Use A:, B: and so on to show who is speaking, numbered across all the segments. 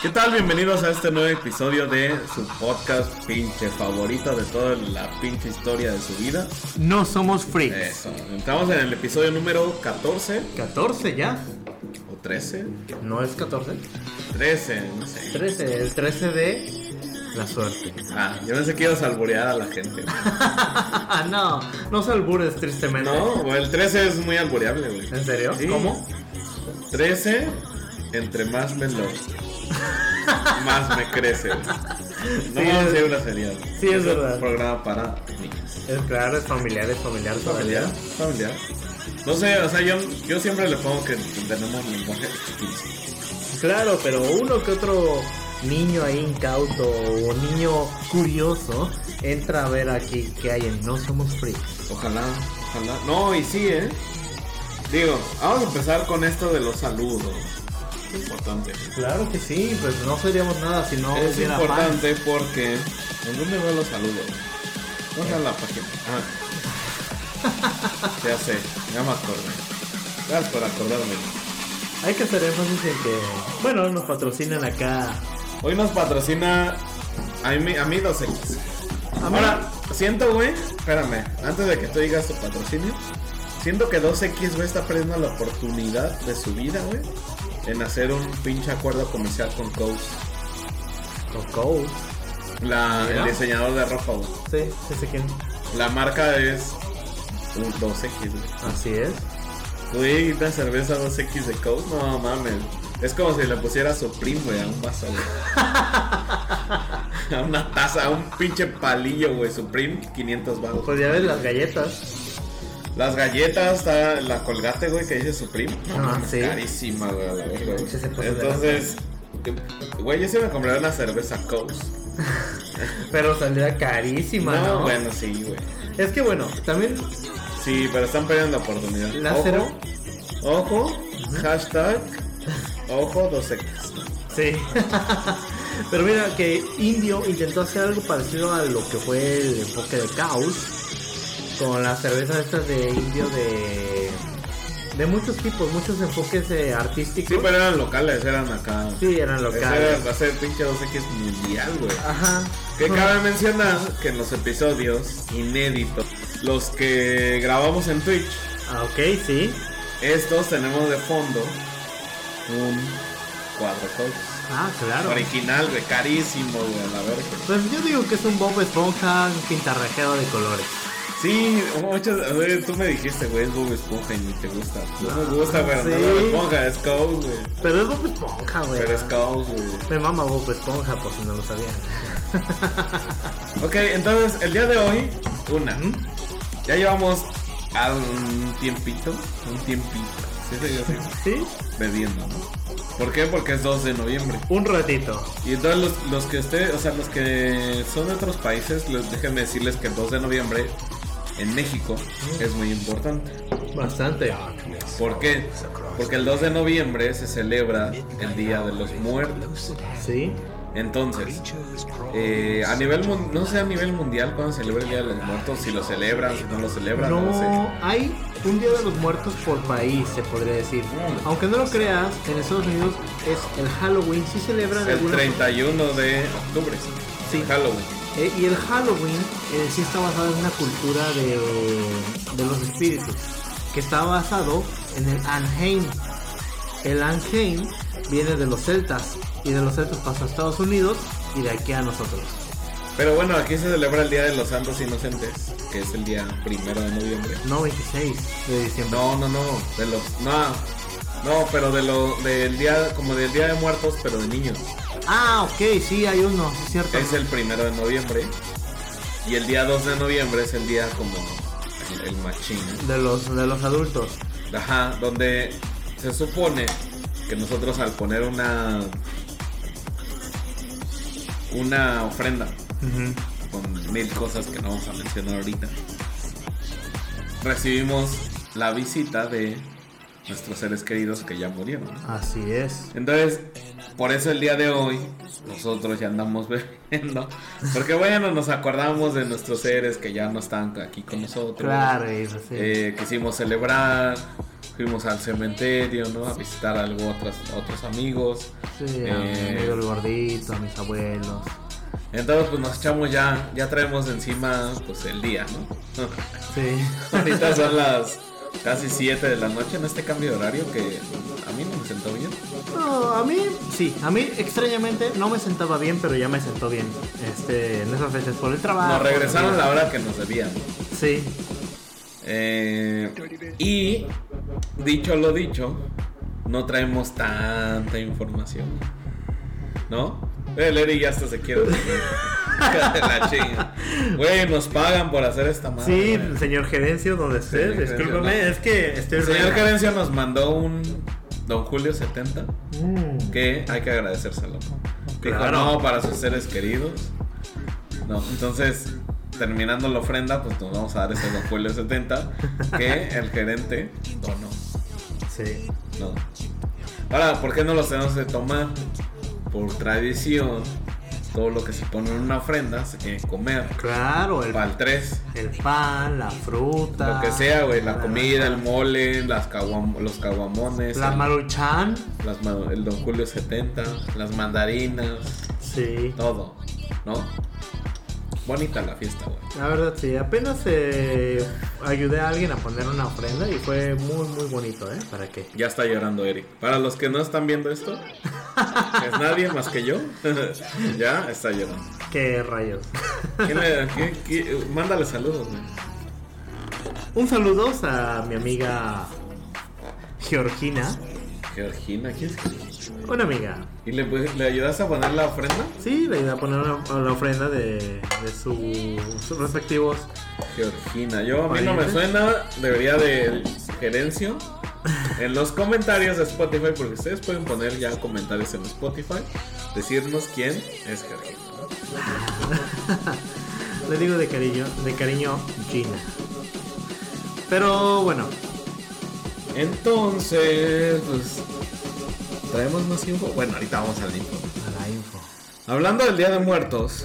A: ¿Qué tal? Bienvenidos a este nuevo episodio de su podcast pinche favorito de toda la pinche historia de su vida.
B: No somos freaks.
A: Eso. Estamos en el episodio número 14
B: 14 ya.
A: o 13.
B: No es 14.
A: 13, no sé.
B: 13, el 13 de la suerte.
A: Ah, yo pensé que ibas a alborear a la gente.
B: Ah, no, no albures tristemente.
A: No, güey, el 13 es muy alboreable, güey.
B: ¿En serio?
A: Sí.
B: ¿Cómo?
A: 13, entre más me lo... más me crece, güey. No
B: Sí,
A: vamos a
B: es-
A: decir una seriedad.
B: sí, es verdad.
A: Un programa para niños.
B: Es claro, es familiar, es familiar,
A: Familiar, familiar. No sé, o sea, yo, yo siempre le pongo que tenemos lenguaje explícito.
B: Claro, pero uno que otro niño ahí incauto o niño curioso entra a ver aquí que hay en No Somos Freaks.
A: Ojalá, ojalá. No, y sí, ¿eh? Digo, vamos a empezar con esto de los saludos. Es importante.
B: Claro que sí, pues no seríamos nada si no
A: es
B: hubiera
A: importante porque... ¿En dónde veo los saludos? ¿Dónde la página? Ah. ya sé, ya me acordé. Gracias por acordarme.
B: fans. Hay que hacer énfasis en que, bueno, nos patrocinan acá.
A: Hoy nos patrocina a mí, a mí 2X.
B: A mí-
A: Ahora, siento, güey, espérame, antes de que tú digas tu patrocinio, siento que 2X, güey, está perdiendo la oportunidad de su vida, güey, en hacer un pinche acuerdo comercial con Coach,
B: Con Coach.
A: la, el
B: Mira.
A: diseñador de ropa, güey.
B: Sí, sí sé quién.
A: La marca es un 2X, güey.
B: Así es.
A: Güey, una cerveza 2X de Coach, no mames. Es como si le pusiera su güey, a un vaso, güey. A una taza, a un pinche palillo, güey. Supreme, 500 baros.
B: Pues ya ves las galletas.
A: Las galletas, está la colgate, güey, que dice Supreme.
B: Ah, sí.
A: Carísima, güey, a la verga, güey.
B: Sí, se pasó de
A: Entonces, güey, yo sí me compré una cerveza Coast.
B: Pero saldría carísima, ¿no?
A: No, bueno, sí, güey.
B: Es que bueno, también
A: Sí, pero están perdiendo la oportunidad.
B: la
A: Ojo,
B: cero.
A: Ojo, hashtag, ojo 2X.
B: Sí. Pero mira que Indio intentó hacer algo parecido a lo que fue el enfoque de Caos con las cervezas estas de Indio de de muchos tipos, muchos enfoques eh, artísticos.
A: Sí, pero eran locales, eran acá.
B: Sí, eran
A: Ese
B: locales.
A: era- Va a ser pinche 2X mundial, güey.
B: Ajá.
A: Que cabe mencionar que en los episodios inéditos, los que grabamos en Twitch,
B: Ah, ok, sí.
A: Estos tenemos de fondo un cuadro Coke.
B: Ah, claro.
A: Original, güey, carísimo, güey, a la verga.
B: Pues yo digo que es un Bob Esponja pintarrajado de colores.
A: Sí, oh, muchas, güey, tú me dijiste, güey, es Bob Esponja y ni te gusta. No me gusta, pero no
B: Ah, Sí.
A: es Bob Esponja, es Coke, güey.
B: Pero es Bob Esponja, güey.
A: Pero es Coke, güey.
B: Me mama Bob Esponja, por si no lo sabían.
A: Ok, entonces, el día de hoy, una. Ya llevamos a un tiempito, un tiempito, sí, sí, sí,
B: ¿Sí?
A: bebiendo, ¿no? ¿Por qué? Porque es 2 de noviembre.
B: Un ratito.
A: Y entonces los, los que usted, o sea, los que son de otros países, les, déjenme decirles que el 2 de noviembre en México es muy importante.
B: Bastante.
A: Ah, ¿Por qué? Porque el 2 de noviembre se celebra el Día de los Muertos.
B: Sí.
A: Entonces, eh, a nivel mun- no sé a nivel mundial cuándo se celebra el Día de los Muertos, si lo celebran, si no lo celebran, no, lo sé.
B: No, hay un Día de los Muertos por país, se podría decir.
A: Mm.
B: Aunque no lo creas, en Estados Unidos es el Halloween, sí celebran
A: El
B: algunas-
A: 31 de octubre,
B: Sí.
A: Halloween.
B: Eh, y el Halloween eh, sí está basado en una cultura de, de los espíritus, que está basado en el Anheim. El Anheim viene de los celtas, y de los celtas pasa a Estados Unidos y de aquí a nosotros.
A: Pero bueno, aquí se celebra el Día de los Santos Inocentes, que es el día primero de noviembre.
B: No 26 de diciembre.
A: No, no, no, de los no, no, pero de lo del día como del Día de Muertos, pero de niños.
B: Ah, ok, sí, hay uno, sí, cierto.
A: Es el primero de noviembre y el día 2 de noviembre es el día como el, el machín.
B: De los, de los adultos.
A: Ajá, donde se supone que nosotros al poner una una ofrenda con mil cosas que no vamos a mencionar ahorita, recibimos la visita de nuestros seres queridos que ya murieron. ¿no?
B: Así es.
A: Entonces, por eso el día de hoy nosotros ya andamos bebiendo. Porque bueno, nos acordamos de nuestros seres que ya no están aquí con nosotros.
B: Claro, eso sí.
A: Eh, quisimos celebrar, fuimos al cementerio, ¿no? A visitar a algo, otros, otros amigos.
B: Sí, a mi
A: Eh.
B: amigo el gordito, a mis abuelos.
A: Entonces, pues nos echamos ya, ya traemos encima, pues el día, ¿no?
B: Sí.
A: Ahorita son las casi 7 de la noche en este cambio de horario que a mí no me sentó bien.
B: No, a mí, sí, a mí extrañamente no me sentaba bien, pero ya me sentó bien. Este, en esas fechas por el trabajo.
A: Nos regresaron
B: por
A: la hora que nos debían.
B: vida. Sí.
A: Eh, y dicho lo dicho, no traemos tanta información. ¿No? El Eri ya hasta se quiere. dormir. Hija de la chinga. Güey, nos pagan por hacer esta madre.
B: Sí,
A: güey.
B: señor Gerencio, donde estés,
A: Gerencio,
B: discúlpame,
A: no.
B: es que estoy
A: El señor
B: re-
A: Carencia nos mandó un Don Julio 70
B: Mm.
A: que hay que agradecérselo. Dijo,
B: Claro.
A: no, para sus seres queridos. No, entonces, terminando la ofrenda, pues nos vamos a dar ese Don Julio 70 que el gerente donó.
B: Sí.
A: No. Ahora, ¿por qué no los tenemos de tomar? Por tradición, todo lo que se pone en una ofrenda se tiene que comer.
B: Claro, el,
A: Para el 3,
B: el pan, la fruta.
A: lo que sea, güey, la
B: la-
A: comida, el mole, las caguam- los caguamones,
B: La
A: el-
B: maruchan.
A: las ma- el Don Julio 70, las mandarinas,
B: Sí.
A: todo, ¿no? Bonita la fiesta, güey.
B: La verdad, sí. Apenas eh, ayudé a alguien a poner una ofrenda y fue muy, muy bonito, ¿eh? ¿Para qué?
A: Ya está llorando Eric. Para los que no están viendo esto, es nadie más que yo. ya está llorando.
B: ¿Qué rayos?
A: ¿Quién le- qué- qué- mándale saludos, güey.
B: Un saludo a mi amiga Georgina.
A: Georgina, ¿quién es Georgina?
B: Una amiga.
A: ¿Y le, puedes- le ayudas a poner la ofrenda?
B: Sí, le ayudé a poner una- la ofrenda de, de su- sus respectivos.
A: Georgina, yo a mí no me
B: Parientes.
A: suena, debería de gerencio. En los comentarios de Spotify, porque ustedes pueden poner ya comentarios en Spotify, decirnos quién es Georgina.
B: Le digo de cariño, de cariño Gina. Pero bueno,
A: Entonces, pues traemos más info. Bueno, ahorita vamos al info.
B: a la info.
A: Hablando del Día de Muertos,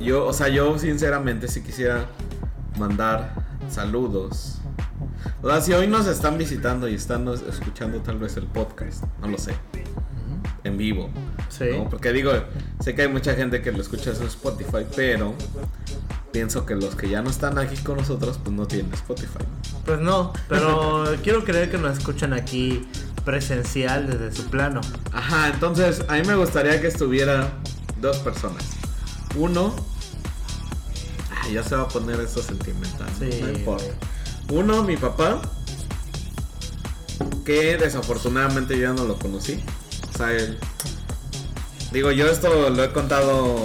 A: yo, o sea, yo sinceramente si quisiera mandar saludos. O sea, si hoy nos están visitando y están nos- escuchando tal vez el podcast, no lo sé, en vivo.
B: Sí.
A: ¿no? Porque digo, sé que hay mucha gente que lo escucha en Spotify, pero pienso que los que ya no están aquí con nosotros, pues no tienen Spotify.
B: Pues no, pero quiero creer que nos escuchan aquí presencial desde su plano.
A: Ajá, entonces a mí me gustaría que estuviera dos personas. Uno. Ay, ya se va a poner eso sentimental.
B: Sí.
A: No importa. Uno, mi papá. Que desafortunadamente yo ya no lo conocí. O sea, él- Digo, yo esto lo he contado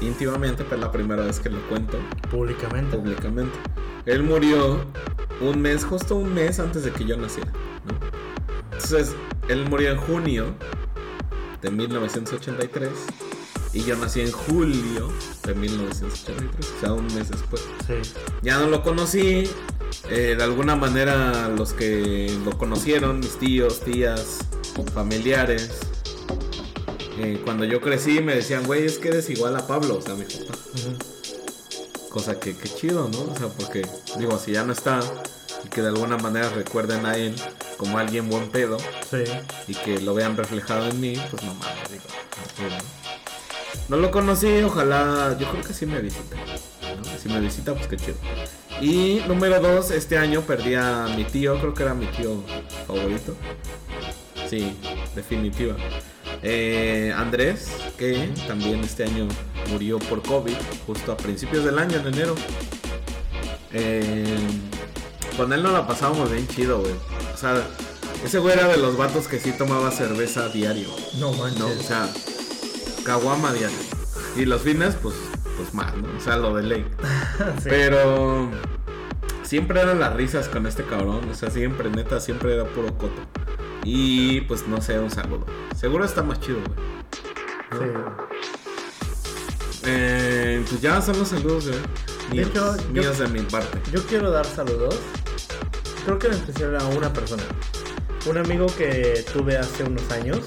A: íntimamente, pero es la primera vez que lo cuento
B: Públicamente.
A: públicamente. Él murió un mes, justo un mes antes de que yo naciera. ¿no? Entonces, él murió en junio de 1983 y yo nací en julio de 1983, o sea, un mes después.
B: Sí.
A: Ya no lo conocí, eh, de alguna manera los que lo conocieron, mis tíos, tías, familiares. eh, cuando yo crecí me decían, güey, es que eres igual a Pablo, o sea, mi papá.
B: Ujú.
A: Cosa que, que chido, ¿no? O sea, porque, digo, si ya no está y que de alguna manera recuerden a él como alguien buen pedo
B: Sí.
A: y que lo vean reflejado en mí, pues no mames, digo. no puedo, ¿no? No lo conocí, ojalá, yo creo que sí me visita. ¿no? Si me visita, pues qué chido. Y número dos, este año perdí a mi tío, creo que era mi tío favorito. Sí, definitiva. Eh, Andrés, que también este año murió por COVID, justo a principios del año, en enero. Eh, con él no la pasábamos bien chido, güey. O sea, ese güey era de los vatos que sí tomaba cerveza diario.
B: No
A: No, o sea, caguama diario. Y los fines, pues, pues más, ¿no? O sea, lo de ley. Pero siempre eran las risas con este cabrón. O sea, siempre, neta, siempre era puro coto. Y pues no sé, un saludo. Seguro está más chido, güey.
B: Sí.
A: Eh, pues ya son los saludos, güey.
B: De
A: Míos,
B: hecho, yo-
A: míos de mi parte.
B: Yo quiero dar saludos. Creo que en especial a una persona. Un amigo que tuve hace unos años.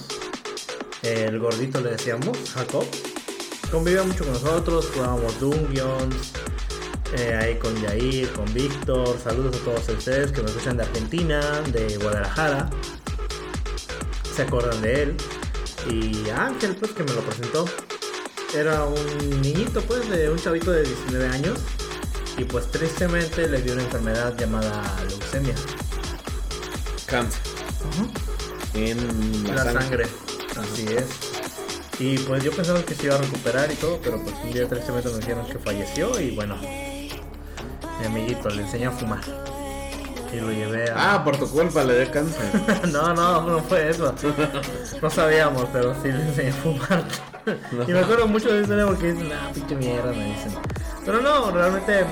B: El gordito le decíamos, Jacob. Convivía mucho con nosotros, jugábamos Dungeons. eh, ahí con Yair, con Víctor. Saludos a todos ustedes que me escuchan de Argentina, de Guadalajara. Se acuerdan de él. Y a Ángel, pues que me lo presentó. Era un niñito, pues, de un chavito de 19 años. Y pues tristemente le dio una enfermedad llamada leucemia.
A: Cáncer. En la,
B: la
A: sangre.
B: sangre. Así es. Y pues yo pensaba que se iba a recuperar y todo, pero pues un día tristemente me dijeron que falleció y bueno. Mi amiguito le enseñó a fumar. Y lo llevé a.
A: Ah, por tu culpa le dio cáncer.
B: No, no, no fue eso. No sabíamos, pero sí le enseñé a fumar. Y me acuerdo mucho de eso porque dicen, ah, pinche mierda, me dicen. Pero no, realmente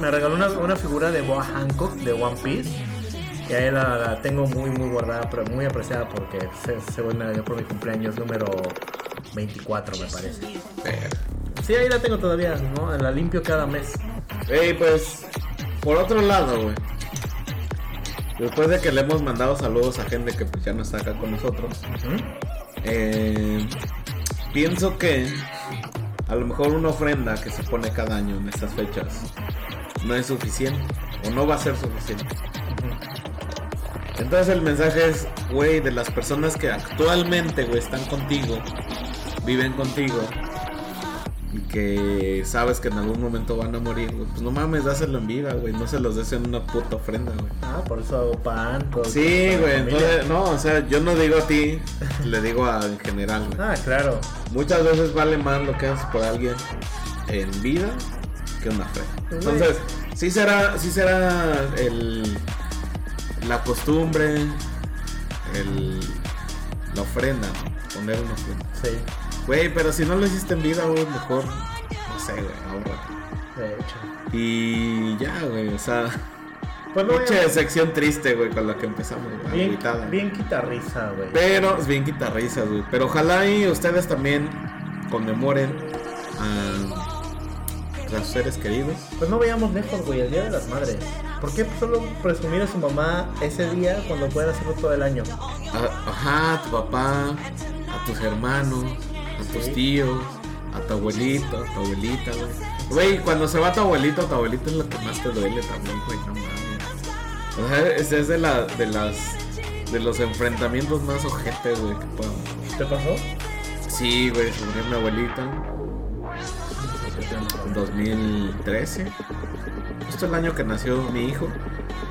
B: me regaló una, una figura de Boa Hancock de One Piece. Y ahí la, la tengo muy, muy guardada, pero muy apreciada porque se, según me la dio por mi cumpleaños número 24, me parece. Sí, ahí la tengo todavía, ¿no? La limpio cada mes.
A: Ey, pues, por otro lado, güey. Después de que le hemos mandado saludos a gente que pues, ya no está acá con nosotros,
B: Ujú.
A: eh, pienso que a lo mejor una ofrenda que se pone cada año en estas fechas no es suficiente o no va a ser suficiente. Entonces el mensaje es, güey, de las personas que actualmente, güey, están contigo, viven contigo y que sabes que en algún momento van a morir, güey, pues no mames, dáselo en vida, güey, no se los des en una puta ofrenda, güey.
B: Ah, por eso hago pan. con-
A: Sí,
B: con
A: güey,
B: la familia.
A: entonces, no, o sea, yo no digo a ti, le digo a, en general, güey.
B: Ah, claro.
A: Muchas veces vale más lo que haces por alguien en vida que una fe. Entonces, sí será, sí será el, la costumbre, el, la ofrenda, ¿no? poner una ofrenda.
B: Sí,
A: Güey, pero si no lo hiciste en vida, güey, mejor, no sé, güey, ahorra.
B: de hecho.
A: Y ya, güey, o sea,
B: Pues lo voy a-
A: pinche sección triste, güey, con la que empezamos, güey,
B: Bien,
A: agüitada.
B: bien quita risa, güey.
A: Pero es bien guitarristas, güey. Pero ojalá y ustedes también conmemoren a, a sus seres queridos.
B: Pues no vayamos lejos, güey, el Día de las Madres. ¿Por qué solo presumir a su mamá ese día cuando pueden hacerlo todo el año?
A: A- ajá, a tu papá, a tus hermanos, a tus
B: Sí.
A: tíos, a tu abuelito, a tu abuelita, güey. Güey, cuando se va tu abuelito, tu abuelito es lo que más te duele también, güey, no mames. O sea, es, es de, la, de las... De los enfrentamientos más ojetes, güey, que puedan.
B: ¿Te pasó?
A: Sí, güey, se murió mi abuelita. en 2013, justo el año que nació mi hijo.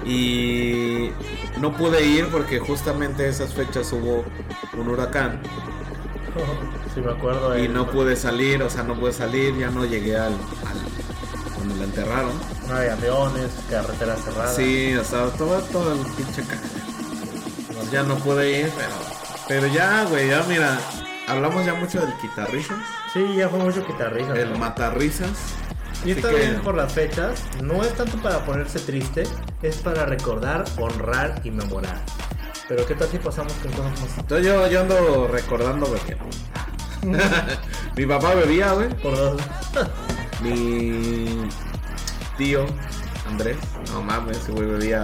A: Y no pude ir porque justamente esas fechas hubo un huracán
B: sí, me acuerdo.
A: y
B: el-
A: no pude salir, o sea, no pude salir, ya no llegué al, al- cuando la enterraron.
B: No había aviones, carretera cerrada.
A: Sí, o sea, todo, todo el pinche caca.
B: Pues
A: Ya no pude ir, pero, pero ya, güey, ya mira, hablamos ya mucho del guitarrisas,
B: Sí, ya fue mucho quitarrisas.
A: el matarrisas. así
B: Y está
A: que-
B: bien por las fechas, no es tanto para ponerse triste, es para recordar, honrar y memorar. Pero ¿qué tal si pasamos con cosas más
A: Entonces yo, yo ando recordando beber. mi papá bebía, güey.
B: por dos?
A: Mi tío, Andrés. No mames, ese güey bebía.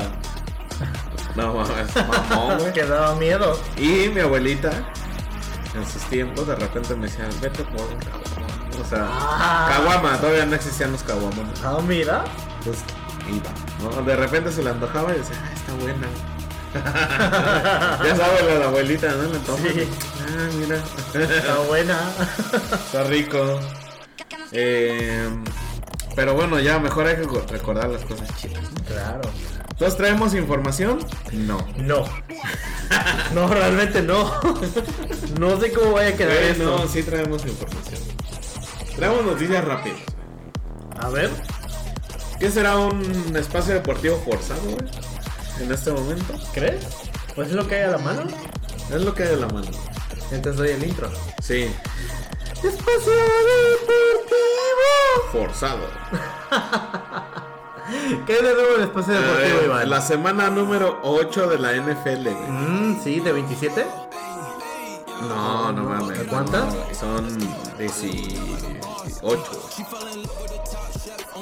A: No mames, mamón, güey.
B: que daba miedo.
A: Y mi abuelita, en sus tiempos, de repente me decía, vete por un caguama". O sea,
B: Ah.
A: caguama, todavía no existían los caguamas.
B: Ah, mira.
A: Entonces iba, ¿no? De repente se le antojaba y decía, ah, está buena. ya sabe la, la abuelita, ¿no? Le toma.
B: Sí.
A: Ah, mira.
B: Está buena.
A: Está rico. Eh, pero bueno, ya mejor hay que co- recordar las cosas chidas. ¿no?
B: claro.
A: ¿Entonces traemos información? No.
B: No. No, realmente no. No sé cómo vaya a quedar
A: Eh,
B: esto.
A: no, sí traemos información. Traemos noticias rápidas.
B: A ver.
A: ¿Qué será un espacio deportivo forzado, güey? En este momento.
B: ¿Crees? Pues es lo que hay a la mano.
A: Es lo que hay de la mano.
B: Entonces doy el intro.
A: Sí,
B: Espacio Deportivo.
A: forzado.
B: ¿Qué es de nuevo el Espacio Deportivo,
A: Eh,
B: Iván?
A: la semana número 8 de la NFL. güey.
B: Mm, sí, de 27.
A: No, no mames.
B: ¿De cuántas?
A: No, son 18.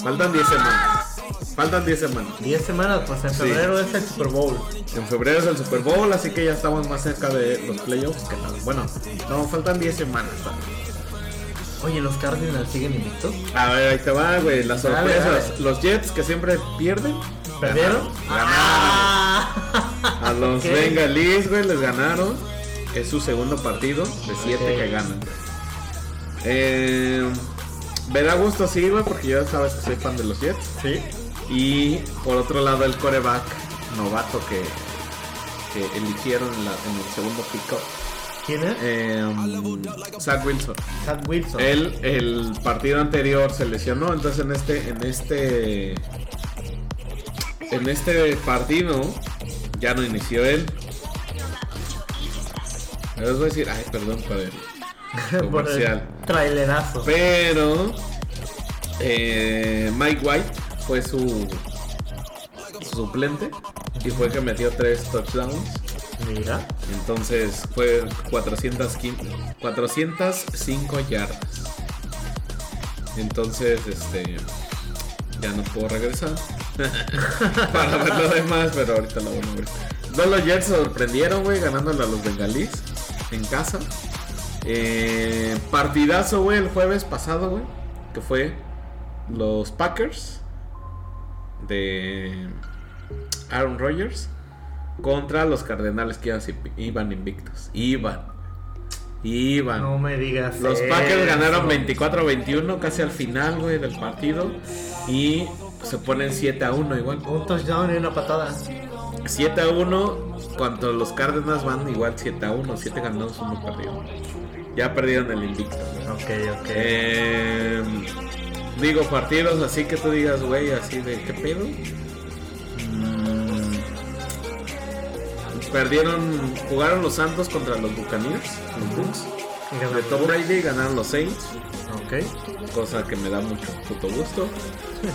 A: Faltan 10 semanas. Faltan 10 semanas.
B: 10 semanas, pues en
A: Sí.
B: febrero es el Super Bowl.
A: En febrero es el Super Bowl, así que ya estamos más cerca de los playoffs que nada. Bueno, no, faltan 10 semanas. también.
B: Oye, los Cardinals siguen invictos.
A: A ver, ahí te va, güey. Las
B: Dale,
A: sorpresas.
B: dale.
A: Los Jets que siempre pierden.
B: ¿Perdieron? Ah.
A: Ganaron. A los
B: Ok.
A: bengalíes, güey, les ganaron. Es su segundo partido de siete
B: Ok.
A: que ganan. Eh, me da gusto, sí, güey, porque ya sabes que soy fan de los Jets.
B: Sí.
A: Y por otro lado, el coreback novato que, que eligieron en, la- en el segundo pick-up.
B: ¿Quién es?
A: Eh, Zach Wilson.
B: Zach Wilson.
A: Él, el partido anterior se lesionó, entonces en este, en este, en este partido ya no inició él. Ahora os voy a decir, ay, perdón por el
B: Por
A: comercial.
B: el trailerazo.
A: Pero eh, Mike White fue su, su suplente y fue que metió tres touchdowns.
B: Mira.
A: Entonces fue 415 405 yardas. Entonces, este. Ya no puedo regresar. Para ver lo demás, pero ahorita lo voy a ver. No, los Jets sorprendieron, güey, ganándole a los bengalíes en casa. Eh, partidazo, güey, el jueves pasado, güey. Que fue los Packers de Aaron Rodgers contra los Cardenales que iban sin- iban invictos. Iban. Iban.
B: No me digas.
A: Ah. Los
B: eso.
A: Packers ganaron 24-21 casi al final, güey, del partido. Y se ponen 7 a 1 igual.
B: Un touchdown y una patada.
A: 7 a 1 cuando los Cardinals van igual 7 a 1. 7 ganados, 1 perdido. Ya perdieron el invicto. güey.
B: Ok, ok.
A: Eh, digo, partidos así que tú digas, güey, así de qué pedo. Mm, Perdieron, jugaron los Santos contra los Buccaneers, los Bucks.
B: Y
A: De
B: ganaron.
A: Tom Brady ganaron los Saints.
B: Ok.
A: cosa que me da mucho puto gusto.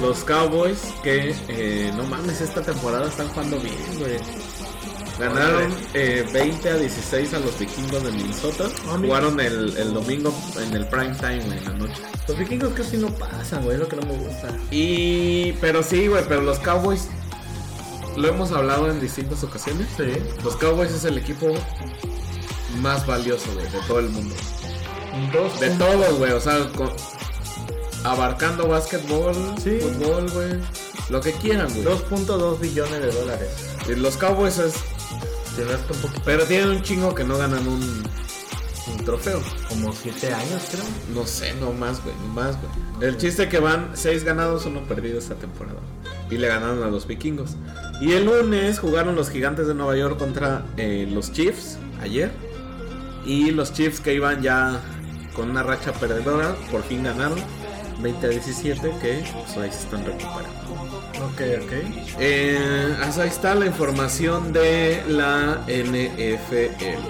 A: Los Cowboys, que eh, no mames, esta temporada están jugando bien, güey. Ganaron eh, 20 a 16 a los vikingos de Minnesota.
B: Ah, mira.
A: Jugaron el, el domingo en el prime time, güey, en la noche.
B: Los vikingos casi no pasan, güey. Es lo que no me gusta.
A: Y, pero sí, güey, pero los Cowboys, lo hemos hablado en distintas ocasiones.
B: Sí.
A: Los Cowboys es el equipo más valioso, güey, de todo el mundo.
B: Dos.
A: De todo, güey, o sea, con- abarcando básquetbol,
B: Sí.
A: fútbol, güey, lo que quieran, güey.
B: 2.2 billones de dólares.
A: Eh, Los Cowboys es,
B: Te gasta un poquito.
A: pero tienen un chingo que no ganan un, un trofeo.
B: Como 7 años, creo.
A: No sé, no más, güey, no más, güey. El chiste que van seis ganados, uno perdido esta temporada. Y le ganaron a los vikingos. Y el lunes jugaron los gigantes de Nueva York contra eh, los Chiefs, ayer. Y los Chiefs que iban ya con una racha perdedora, por fin ganaron. 20 a 17, que pues, ahí se están recuperando.
B: Ok, ok.
A: Eh, hasta ahí está la información de la NFL.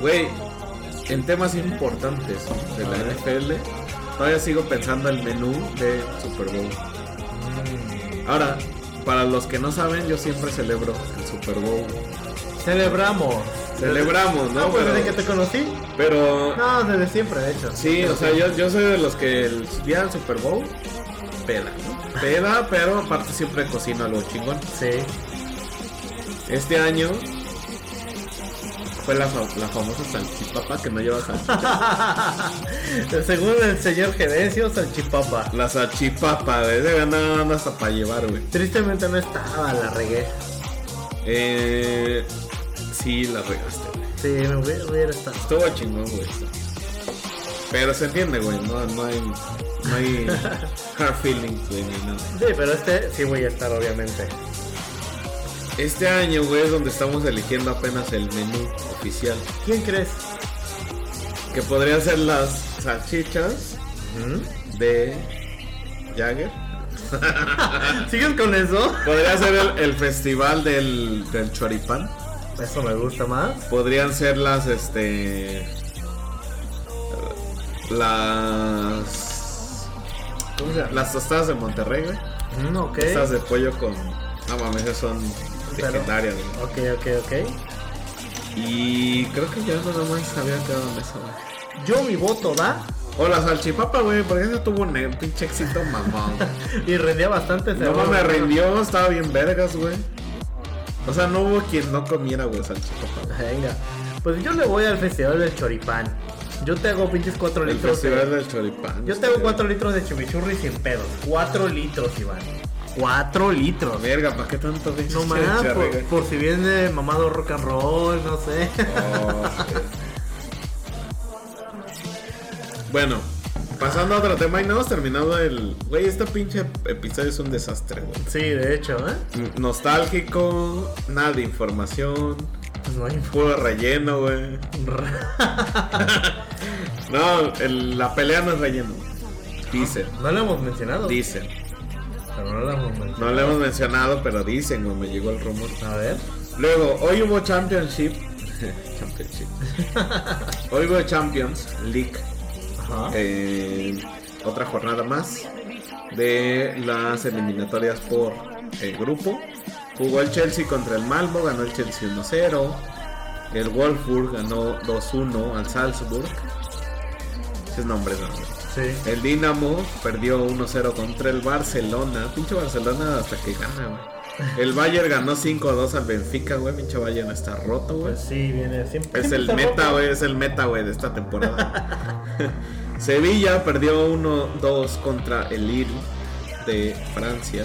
A: Güey, en temas importantes de la NFL, todavía sigo pensando el menú de Super Bowl.
B: Mm.
A: Ahora, para los que no saben, yo siempre celebro el Super Bowl.
B: Celebramos.
A: Celebramos,
B: No,
A: ¿no?
B: pues desde que
A: pero,
B: te conocí.
A: pero
B: No, desde siempre, de hecho.
A: sí, o sea, yo, yo soy de los que el día del Super Bowl peda, ¿no? Peda, pero aparte siempre cocino algo chingón.
B: Sí.
A: Este año fue la, fa- la famosa salchipapa que no lleva salchicha.
B: Según el señor Gerencio, salchipapa.
A: La salchipapa, güey. De ganar hasta para llevar, güey.
B: Tristemente no estaba, la regué.
A: Eh, sí, la regaste, güey.
B: Sí, me hubiera, hubiera estado.
A: Estuvo chingón, güey. Pero se entiende, güey. No, no hay, no hay hard feelings, güey, ni nada.
B: Sí, pero este sí voy a estar, obviamente.
A: Este año, güey, es donde estamos eligiendo apenas el menú oficial.
B: ¿Quién crees?
A: Que podrían ser las salchichas
B: ¿Mm?
A: de Jagger.
B: ¿Sigues con eso?
A: Podría ser el, el festival del, del choripán.
B: Eso me gusta más.
A: Podrían ser las, este... Las... ¿Cómo se llama? Las tostadas de Monterrey, güey.
B: Mm, ok.
A: Tostadas de pollo con... No mames, esas son
B: Pero-
A: legendarias, güey.
B: Ok, ok, ok.
A: Y creo que ya nada más había quedado en eso, güey.
B: Yo mi voto da
A: O la salchipapa, güey, porque esa tuvo un eh, pinche éxito mamón. güey.
B: y rendía bastante.
A: No
B: seguro.
A: me rindió, estaba bien vergas, güey. O sea, no hubo quien no comiera, güey, salchipapa.
B: Venga. Pues yo le voy al festival del choripán. Yo te hago pinches 4
A: El
B: litros. de-
A: festival del choripán.
B: Yo te hago 4 litros de chimichurri sin pedos. 4 litros, Iván. 4 litros.
A: Verga, ¿para qué tanto pinche
B: No más, por,
A: choripán?
B: por si viene mamado rock and roll, no sé.
A: Oh, Bueno, pasando a otro tema y no hemos terminado el... Güey, este pinche episodio es un desastre, güey.
B: Sí, de hecho, ¿eh?
A: Nostálgico, nada de información,
B: Pues no hay
A: puro relleno, güey. No, el- la pelea no es relleno. Dicen,
B: No lo hemos mencionado.
A: dicen.
B: Pero no lo hemos mencionado.
A: No lo hemos mencionado, pero dicen, güey, me llegó el rumor.
B: A ver.
A: Luego, hoy hubo Championship. championship. hoy hubo Champions League.
B: Ajá.
A: Eh, otra jornada más de las eliminatorias por el grupo. Jugó el Chelsea contra el Malmo, ganó el Chelsea 1-0. El Wolfsburg ganó 2-1 al Salzburg. Ese es nombre, no.
B: Sí.
A: El Dinamo perdió 1-0 contra el Barcelona. Pinche Barcelona hasta que
B: Ah,
A: gana, güey. El Bayern ganó 5-2 al Benfica, güey. Pinche Bayern está roto, güey.
B: Pues sí, viene siempre.
A: Es el meta, güey, es el meta, güey, de esta temporada. Sevilla perdió 1-2 contra el Lille de Francia.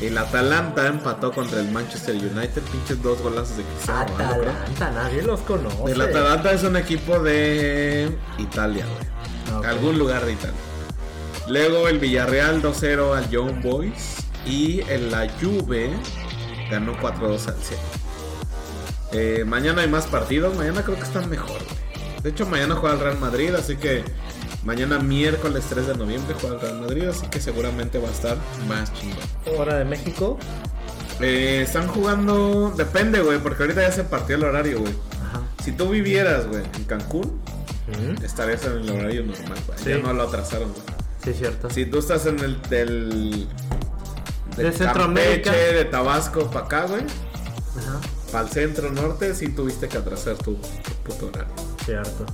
A: El Atalanta empató contra el Manchester United. Pinches dos golazos de Cristiano Ronaldo, Ah, creo.
B: Atalanta, Ah, nadie los conoce.
A: El Atalanta es un equipo de Italia, güey.
B: Ah, ok.
A: Algún lugar de Italia. Luego el Villarreal 2-0 al Young Boys. Y en la Juve ganó 4-2 al Celta. Eh, mañana hay más partidos. Mañana creo que están mejor, güey. De hecho, mañana juega el Real Madrid. Así que mañana miércoles 3 de noviembre juega el Real Madrid. Así que seguramente va a estar más chingón.
B: Hora de México.
A: Eh, están jugando. Depende, güey. Porque ahorita ya se partió el horario, güey.
B: Ajá.
A: Si tú vivieras, güey, en Cancún,
B: Mm,
A: estarías en el horario normal, güey.
B: Sí.
A: Ya no lo atrasaron, güey.
B: Sí, es cierto.
A: Si tú estás en el del.
C: De Centroamérica.
A: Campeche, de Tabasco para acá, güey.
B: Ajá.
A: Para el centro norte, sí tuviste que atrasar tu, tu puto horario.
B: Cierto.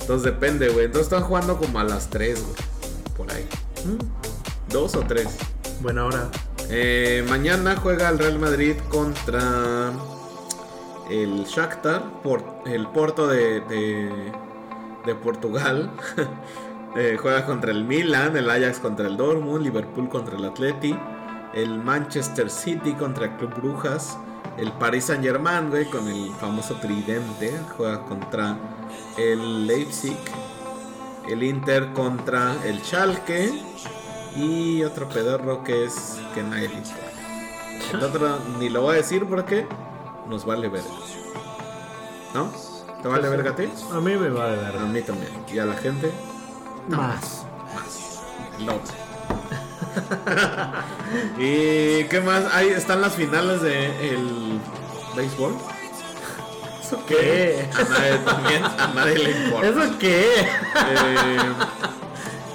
A: Entonces depende, güey. Entonces están jugando como a las 3, güey. Por ahí. Dos o tres.
B: Mm. Buena hora.
A: Eh, mañana juega el Real Madrid contra el Shakhtar, por, el Porto de, de- de Portugal. Eh, juega contra el Milan, el Ajax contra el Dortmund, Liverpool contra el Atleti, el Manchester City contra el Club Brujas, el Paris Saint Germain, güey, con el famoso tridente, juega contra el Leipzig, el Inter contra el Schalke y otro pedorro que es que nadie le importa. El otro ni lo voy a decir porque nos vale verga. ¿No? ¿Te vale verga a ti?
B: Pues, A mí me vale
A: A
B: verga.
A: mí también. Y a la gente
B: Más.
A: más. El otro. ¿Y qué más? Ahí están las finales de el béisbol. ¿Eso
B: qué?
A: A nadie, también, a nadie le importa.
B: ¿Eso qué?
A: Eh,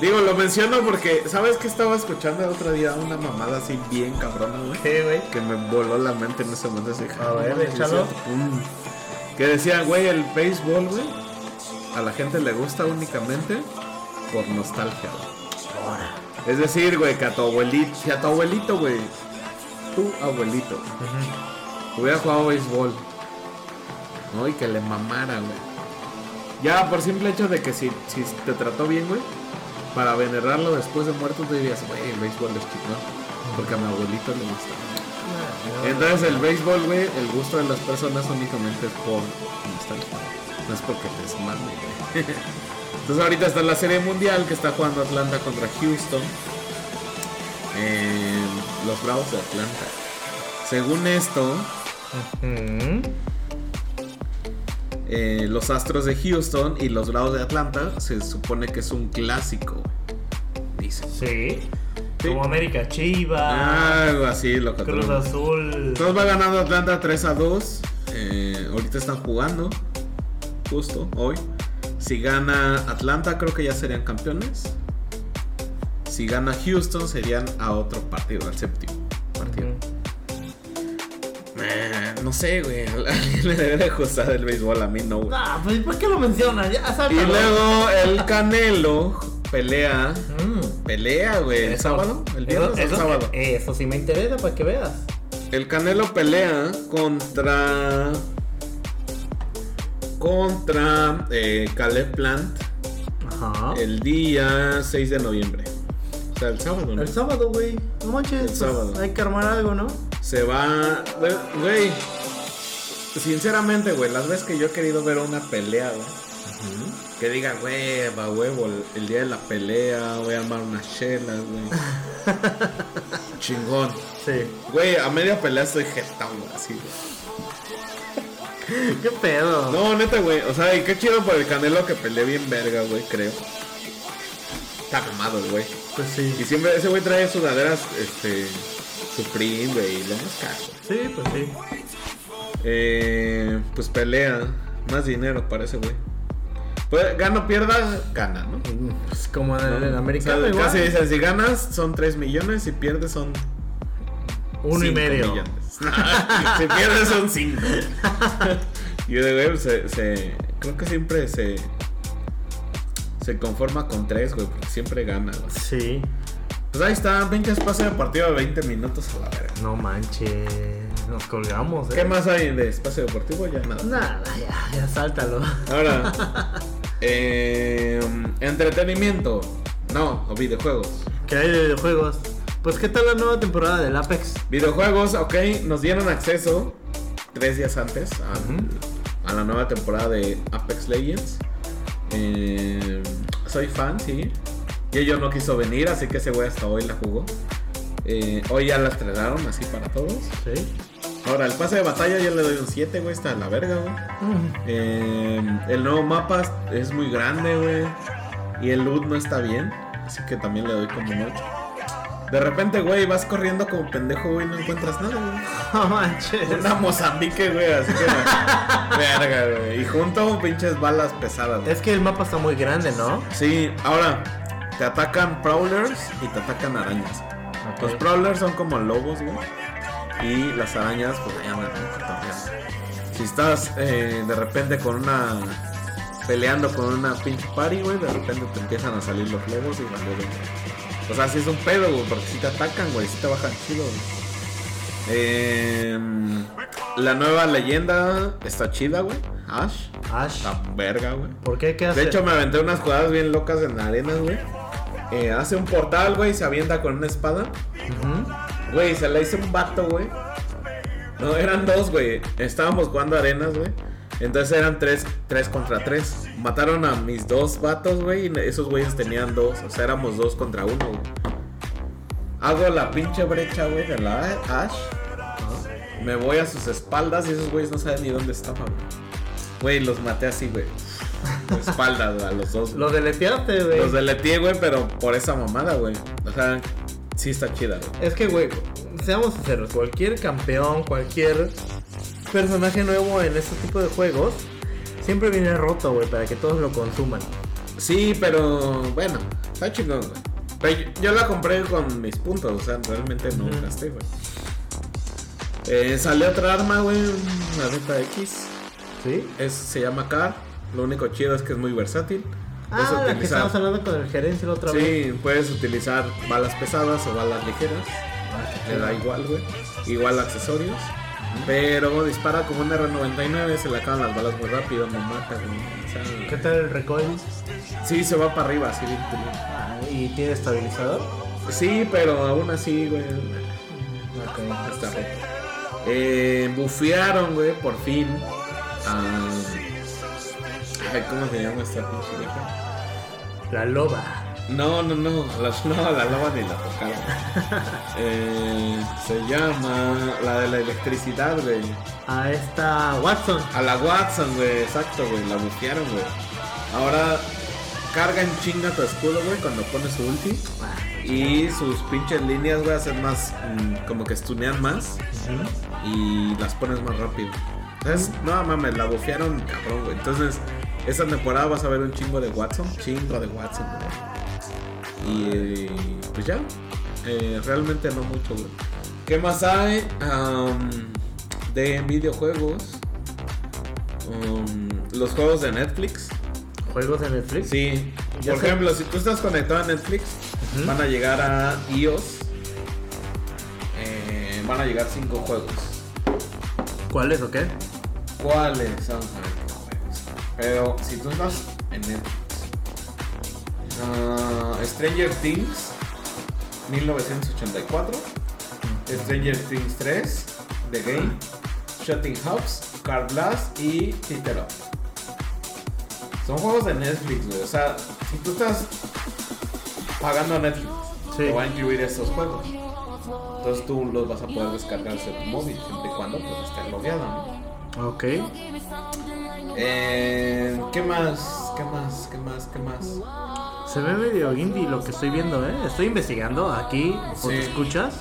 A: digo, lo menciono porque, ¿sabes qué estaba escuchando el otro día? Una mamada así bien cabrona, güey.
B: ¿Qué, güey?
A: Que me voló la mente en ese momento. así,
B: A ver,
A: mames,
B: échalo.
A: es cierto. Mm. Que decía, güey, el béisbol, güey, a la gente le gusta únicamente por nostalgia, güey.
B: Ahora.
A: Es decir, güey, que a tu abuelito, que a tu abuelito, güey, tu abuelito, hubiera jugado béisbol, ¿no? Y que le mamara, güey. Ya, por simple hecho de que si, si te trató bien, güey, para venerarlo después de muerto, te dirías, güey, el béisbol es chingón, porque a mi abuelito le gusta. Entonces el béisbol, güey, el gusto de las personas únicamente es por nostalgia. No es porque te desmane, güey. Entonces ahorita está la serie mundial que está jugando Atlanta contra Houston. Eh, los Bravos de Atlanta. Según esto, eh, los Astros de Houston y los Bravos de Atlanta se supone que es un clásico. güey. Dicen.
B: Sí.
A: Sí. Ah,
B: Como América Chiva.
A: Algo así, lo que
B: Ah. Cruz Azul.
A: Entonces va ganando Atlanta 3 a 2. Eh, ahorita están jugando. Justo hoy. Si gana Atlanta, creo que ya serían campeones. Si gana Houston, serían a otro partido, al séptimo partido. Eh, no sé, güey. A alguien le debe de gustar el béisbol, a mí no, güey.
B: Ah, pues ¿por qué lo mencionas? Ya
A: Y
B: sácalo.
A: luego el Canelo pelea.
B: Mm.
A: Pelea, güey. ¿El
B: Eso-
A: sábado? ¿El viernes o el
B: eso,
A: sábado?
B: Eso sí me interesa para que veas.
A: El Canelo pelea contra. Contra eh, Caleb Plant
B: Ajá.
A: El día 6 de noviembre. O sea, el sábado, ¿no?
B: El sábado, güey. No manches.
A: El
B: pues,
A: sábado.
B: Hay que armar algo, ¿no?
A: Se va. güey, Güey. Sinceramente, güey, las veces que yo he querido ver una pelea, güey. Que diga, güey, va huevo, el- el día de la pelea, voy a armar unas chelas, güey. Chingón.
B: Sí.
A: Güey, a media pelea estoy jetón, güey, así, güey.
B: ¿Qué pedo?
A: No, neta, güey. O sea, y qué chido por el Canelo que peleé bien verga, güey, creo. Está mamado el güey.
B: Pues
A: Y
B: sí.
A: siempre ese güey trae sudaderas, este. Supreme, güey, y lo más caro.
B: Sí, pues sí.
A: Eh, pues pelea. Más dinero para ese güey. Pues gano, pierda, gana, ¿no?
B: Pues como en el,
A: Mm. ¿No?
B: americano
A: O sea,
B: igual.
A: Casi dicen, si ganas son 3 millones, si pierdes son
B: Uno y
A: cinco
B: medio.
A: millones. si pierdes son 5. Yo de güey, pues, se, se- creo que siempre se se conforma con 3, güey, porque siempre gana. güey.
B: Sí.
A: Pues ahí está, pinches pase de partido de 20 minutos a la verga.
B: No manches. Nos colgamos, eh.
A: ¿Qué más hay de espacio deportivo? Ya nada.
B: Nada, ya, ya sáltalo.
A: Ahora, eh, entretenimiento. No, o videojuegos.
B: ¿Qué hay de videojuegos? Pues qué tal la nueva temporada del Apex.
A: Videojuegos, ok, nos dieron acceso tres días antes a, a la nueva temporada de Apex Legends. Eh, soy fan, sí. Y ellos no quiso venir, así que ese güey hasta hoy la jugó. Eh, hoy ya la estrenaron, así para todos.
B: Sí.
A: Ahora, el pase de batalla yo le doy un 7, güey, está en la verga, güey.
B: Mm,
A: Eh, el nuevo mapa es muy grande, güey. Y el loot no está bien. Así que también le doy como un 8. De repente, güey, vas corriendo como pendejo, güey, y no encuentras nada, güey.
B: No manches.
A: Una Mozambique, güey, así que. verga, güey. Y junto pinches balas pesadas, güey.
B: Es que el mapa está muy grande, ¿no?
A: Sí, ahora, te atacan prowlers y te atacan arañas.
B: Pues,
A: Los prowlers son como lobos, güey. Y las arañas, pues ahí andan ¿no? cotorreando. Si estás eh, de repente con una. peleando con una pinche party, güey, de repente te empiezan a salir los lobos y valió verga. O sea, si es un pedo, güey, porque si te atacan, güey, si te bajan chido, güey. Em, la nueva leyenda está chida, güey. Ash.
B: Ash.
A: Está verga, güey.
B: Ah, ¿Por qué? ¿Qué hace?
A: De hecho, me aventé unas jugadas bien locas en la arena, güey. Eh, hace un portal, güey, se avienta con una espada.
B: Ujú.
A: Güey, se la hizo un vato, güey. No, eran dos, güey. Estábamos jugando arenas, güey. Entonces eran tres, tres contra tres. Mataron a mis dos vatos, güey. Y esos güeyes tenían dos. O sea, éramos dos contra uno, güey. Hago la pinche brecha, güey, de la Ash.
B: Ah.
A: Me voy a sus espaldas y esos güeyes no saben ni dónde estaban, güey. Güey, los maté así, güey. De Espaldas a los dos. güey.
B: Lo deleteaste, güey.
A: Los deleteé, güey, pero por esa mamada, güey. O sea, sí está chida, güey.
B: Es que, güey, seamos sinceros, cualquier campeón, cualquier personaje nuevo en este tipo de juegos, siempre viene roto, güey, para que todos lo consuman.
A: Sí, pero bueno, está chingón, güey. Pero yo, yo la compré con mis puntos, o sea, realmente no
B: Ujú.
A: gasté, güey. Eh, salió otra arma, güey, una Beta X.
B: ¿Sí?
A: Es, se llama Car. Lo único chido es que es muy versátil. Puedes
B: Ah, la que
A: utilizar-
B: estábamos hablando con el gerente la otra vez.
A: Sí, puedes utilizar balas pesadas o balas ligeras.
B: Ah,
A: Le da igual, güey. Igual accesorios. Pero dispara como una R99, se le acaban las balas muy rápido, no mata, güey. O sea,
B: ¿Qué tal el recoil?
A: sí, se va para arriba, así bien culero.
B: Ah, ¿Y tiene estabilizador?
A: Sí, pero aún así, güey.
B: Mm, Ok.
A: Está roto. Eh, bufearon, güey, por fin. a- Ay, ¿cómo se llama esta pinche vieja?
B: La loba.
A: No, no, no. La, no, la lava ni la tocaron. Eh, se llama la de la electricidad, güey.
B: A esta Ah, Watson.
A: A la Watson, güey. Exacto, güey. La bufearon, güey. Ahora carga en chinga tu escudo, güey, cuando pones su ulti.
B: Ah,
A: Y sus pinches líneas, güey, hacen más. mm, como que stunean más.
B: ujú.
A: y las pones más rápido. Es, no mames, la bofearon cabrón, güey. Entonces, esta temporada vas a ver un chingo de Watson. Chingo de Watson, güey. Y eh, pues ya. Eh, realmente no mucho, güey. ¿Qué más hay? Am, de videojuegos. Um, los juegos de Netflix.
B: ¿Juegos de Netflix?
A: Sí.
B: Ya
A: Por
B: sé.
A: ejemplo, si tú estás conectado a Netflix,
B: Ujú.
A: van a llegar a iOS. eh, van a llegar cinco juegos.
B: ¿Cuáles o qué?
A: ¿Cuáles? Vamos a ver qué juegos. Pero si tú estás en Netflix Ah, Stranger Things 1984, Stranger Things 3, The Game, Shutting Hops, Car Blast y Titter Up. Son juegos de Netflix, güey. O sea, si tú estás pagando a Netflix,
B: Sí.
A: te va a incluir estos juegos. Entonces tú los vas a poder descargar de tu móvil, siempre y cuando pues, esté logueado, ¿no?
B: Ok.
A: Eh, ¿Qué más? ¿Qué más? ¿Qué más? ¿Qué más?
B: Se ve medio indie lo que estoy viendo, ¿eh? Estoy investigando aquí, por
A: Sí.
B: escuchas.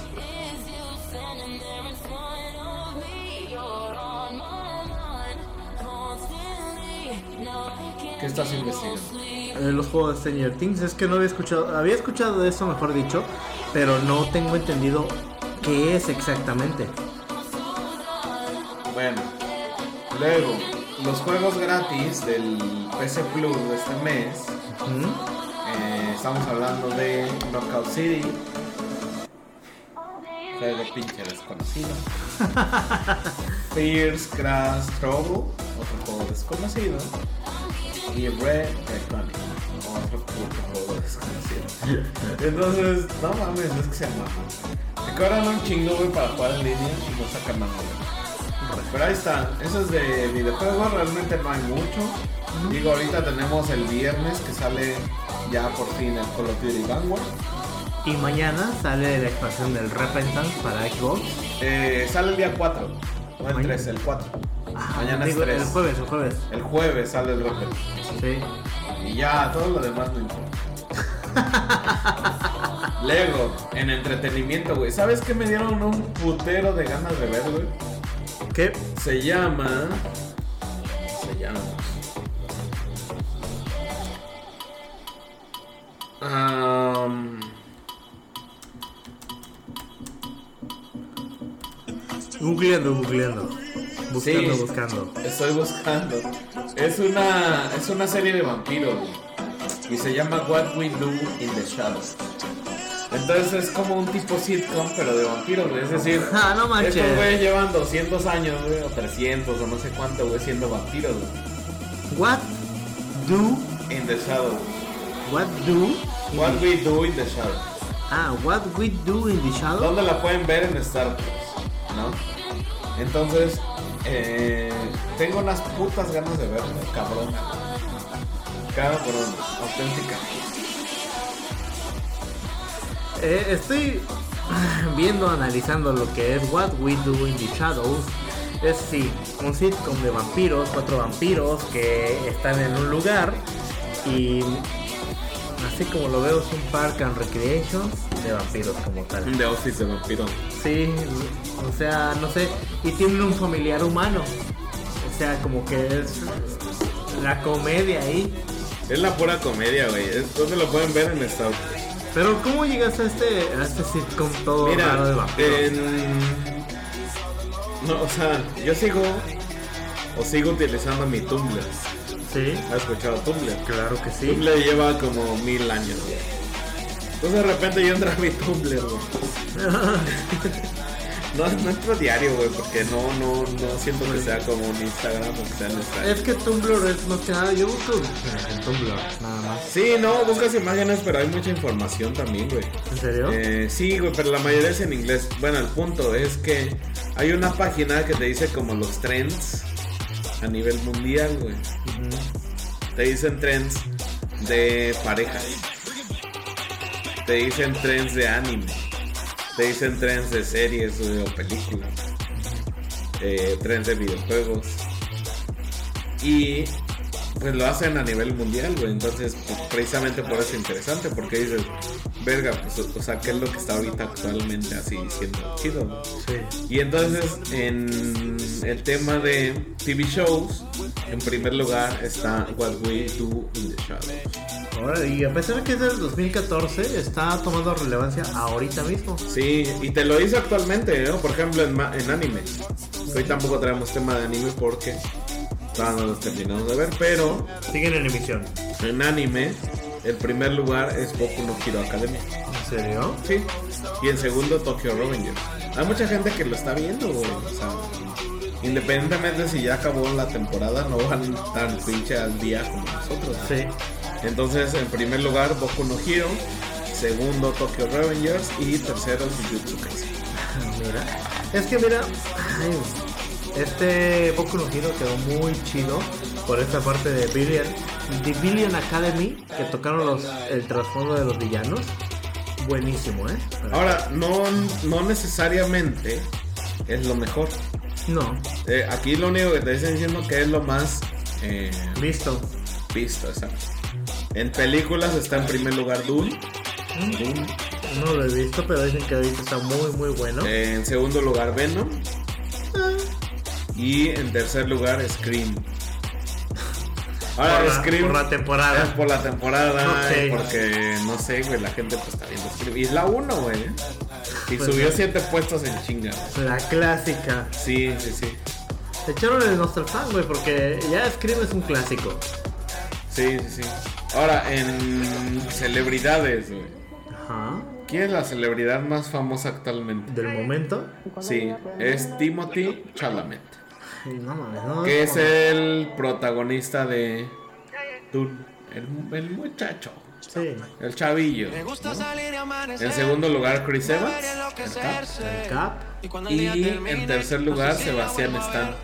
A: ¿Qué estás investigando?
B: Eh, los juegos de Stranger Things. Es que no había escuchado, había escuchado de eso, mejor dicho, pero no tengo entendido qué es exactamente.
A: Bueno, luego, los juegos gratis del PC Plus de este mes.
B: Ujú.
A: eh, estamos hablando de Knockout City. Juego pinche desconocido. Fierce Crash Trouble, otro juego desconocido. Y Red Electronic, otro puto juego desconocido. Entonces, no mames, es que se maman. Se cobran un chingo, güey, para jugar en línea y no sacan nada, güey. Pero ahí está, eso es de videojuegos, realmente no hay mucho. Digo, ahorita tenemos el viernes que sale ya por fin el Call of Duty Vanguard.
C: Y mañana sale la expansión del Repentance para Xbox.
A: Eh, sale el día 4, no el
C: Mañana.
A: 3, el 4.
C: Ah,
A: Mañana
C: digo,
A: es 3.
C: El jueves, el jueves.
A: El jueves sale el Rocket.
C: Sí.
A: Y ya, todo lo demás no importa. Lego, en entretenimiento, güey. ¿Sabes qué me dieron un putero de ganas de ver, güey?
B: ¿Qué?
A: Se llama. Se llama. Am,
B: Googleando, googleando. Buscando,
A: Sí.
B: buscando.
A: estoy buscando. Es una. Es una serie de vampiros, güey. Y se llama What We Do in the Shadows. Entonces es como un tipo sitcom, pero de vampiros, güey. Es decir,
C: Ah, no manches.
A: Estos güeyes llevan 200 años, güey, o 300, o no sé cuánto, güey, siendo vampiros, güey.
C: What do
A: In the shadow.
C: what do
A: What we do in the shadow.
C: ah what we do in the shadow?
A: ¿Dónde la pueden ver en Star Plus? ¿No? Entonces, eh, tengo unas putas ganas de verla, cabrón. Cabrón, auténtica.
C: Eh, estoy viendo, analizando lo que es What We Do in the Shadows. Es sí,
B: Un sitcom de vampiros, cuatro vampiros que están en un lugar y así como lo veo es un park and recreation de vampiros como tal.
A: The Office de vampiro.
B: Sí, o sea, no sé. Y tienen un familiar humano. O sea, como que es la comedia ahí.
A: Es la pura comedia, güey. Es- ¿Dónde lo pueden ver en Star Plus?
B: Pero ¿cómo llegaste a este, a este sitcom todo raro
A: Mira,
B: de
A: eh,
B: vampiros?
A: en- No, o sea, yo sigo... O sigo utilizando mi Tumblr.
B: Sí,
A: ¿Has escuchado Tumblr?
B: claro que sí.
A: Tumblr lleva como mil años, güey. Entonces de repente yo entré a mi Tumblr, güey. No, no entro diario, güey, porque no, no, no siento que sea como un Instagram o que sea en Instagram.
B: Es que Tumblr es más que nada, yo busco imágenes en Tumblr, nada más.
A: Sí, no, buscas imágenes, pero hay mucha información también, güey.
B: ¿En serio?
A: Eh, sí, güey, pero la mayoría es en inglés. Bueno, el punto es que hay una página que te dice como los trends a nivel mundial, güey.
B: Ujú.
A: Te dicen trends de parejas. Te dicen trends de anime. Te dicen trends de series güey, o películas. Eh, trends de videojuegos. Y pues lo hacen a nivel mundial, güey. Entonces, pues, precisamente por eso es interesante. Porque dices, verga, pues, o- o sea, ¿qué es lo que está ahorita actualmente así siendo chido? güey?"
B: Sí.
A: Y entonces en el tema de TV shows, en primer lugar está What We Do in the Shadows.
B: Ahora, y a pesar que es del 2014, está tomando relevancia ahorita mismo.
A: Sí, y te lo dice actualmente, ¿no? Por ejemplo en, ma- en anime. Hoy tampoco traemos tema de anime porque todavía no los terminamos de ver, pero
B: Siguen en emisión.
A: en anime el primer lugar es Boku no Hero Academia.
B: ¿En serio?
A: Sí. Y en segundo Tokyo Revengers. Hay mucha gente que lo está viendo, güey. O sea, independientemente si ya acabó la temporada, no van tan pinche al día como nosotros. ¿no?
B: Sí.
A: Entonces, en primer lugar, Boku no Hero. Segundo, Tokyo Revengers. Y tercero, Jujutsu Kaisen.
B: Mira. Es que mira, ay, este Boku no Hero quedó muy chido por esta parte de Billion, The Billion Academy, que tocaron los, el trasfondo de los villanos. Buenísimo, ¿eh?
A: Ahora, no, no necesariamente es lo mejor.
B: No,
A: Eh, aquí lo único que te dicen diciendo que es lo más eh,
B: listo.
A: visto, exacto. En películas está en primer lugar Dune. Dune.
B: No lo he visto, pero dicen que ahorita está muy, muy bueno.
A: Eh, En segundo lugar Venom. Y en tercer lugar Scream. Ahora
B: por, la,
A: Scream
B: por la
A: es
B: temporada.
A: por la temporada,
B: Ok.
A: y porque no sé, güey, la gente pues está viendo Scream. Y es la 1, güey. Y
B: Pues
A: subió
B: sí.
A: 7 puestos en chinga. güey.
B: La clásica.
A: Sí, sí, sí.
B: Echaron el Nostalfan, güey, porque ya Scream es un clásico.
A: Sí, sí, sí. Ahora, en celebridades, güey.
B: Ajá.
A: ¿Quién es la celebridad más famosa actualmente?
B: Del momento.
A: Sí, es Timothy Chalamet,
B: Ay, No mames, no.
A: que es
B: no.
A: el protagonista de Dune, el, el muchacho,
B: Sí.
A: el chavillo. ¿no? En segundo lugar, Chris Evans, el Cap.
B: El Cap.
A: y en tercer lugar, Sebastián Stan,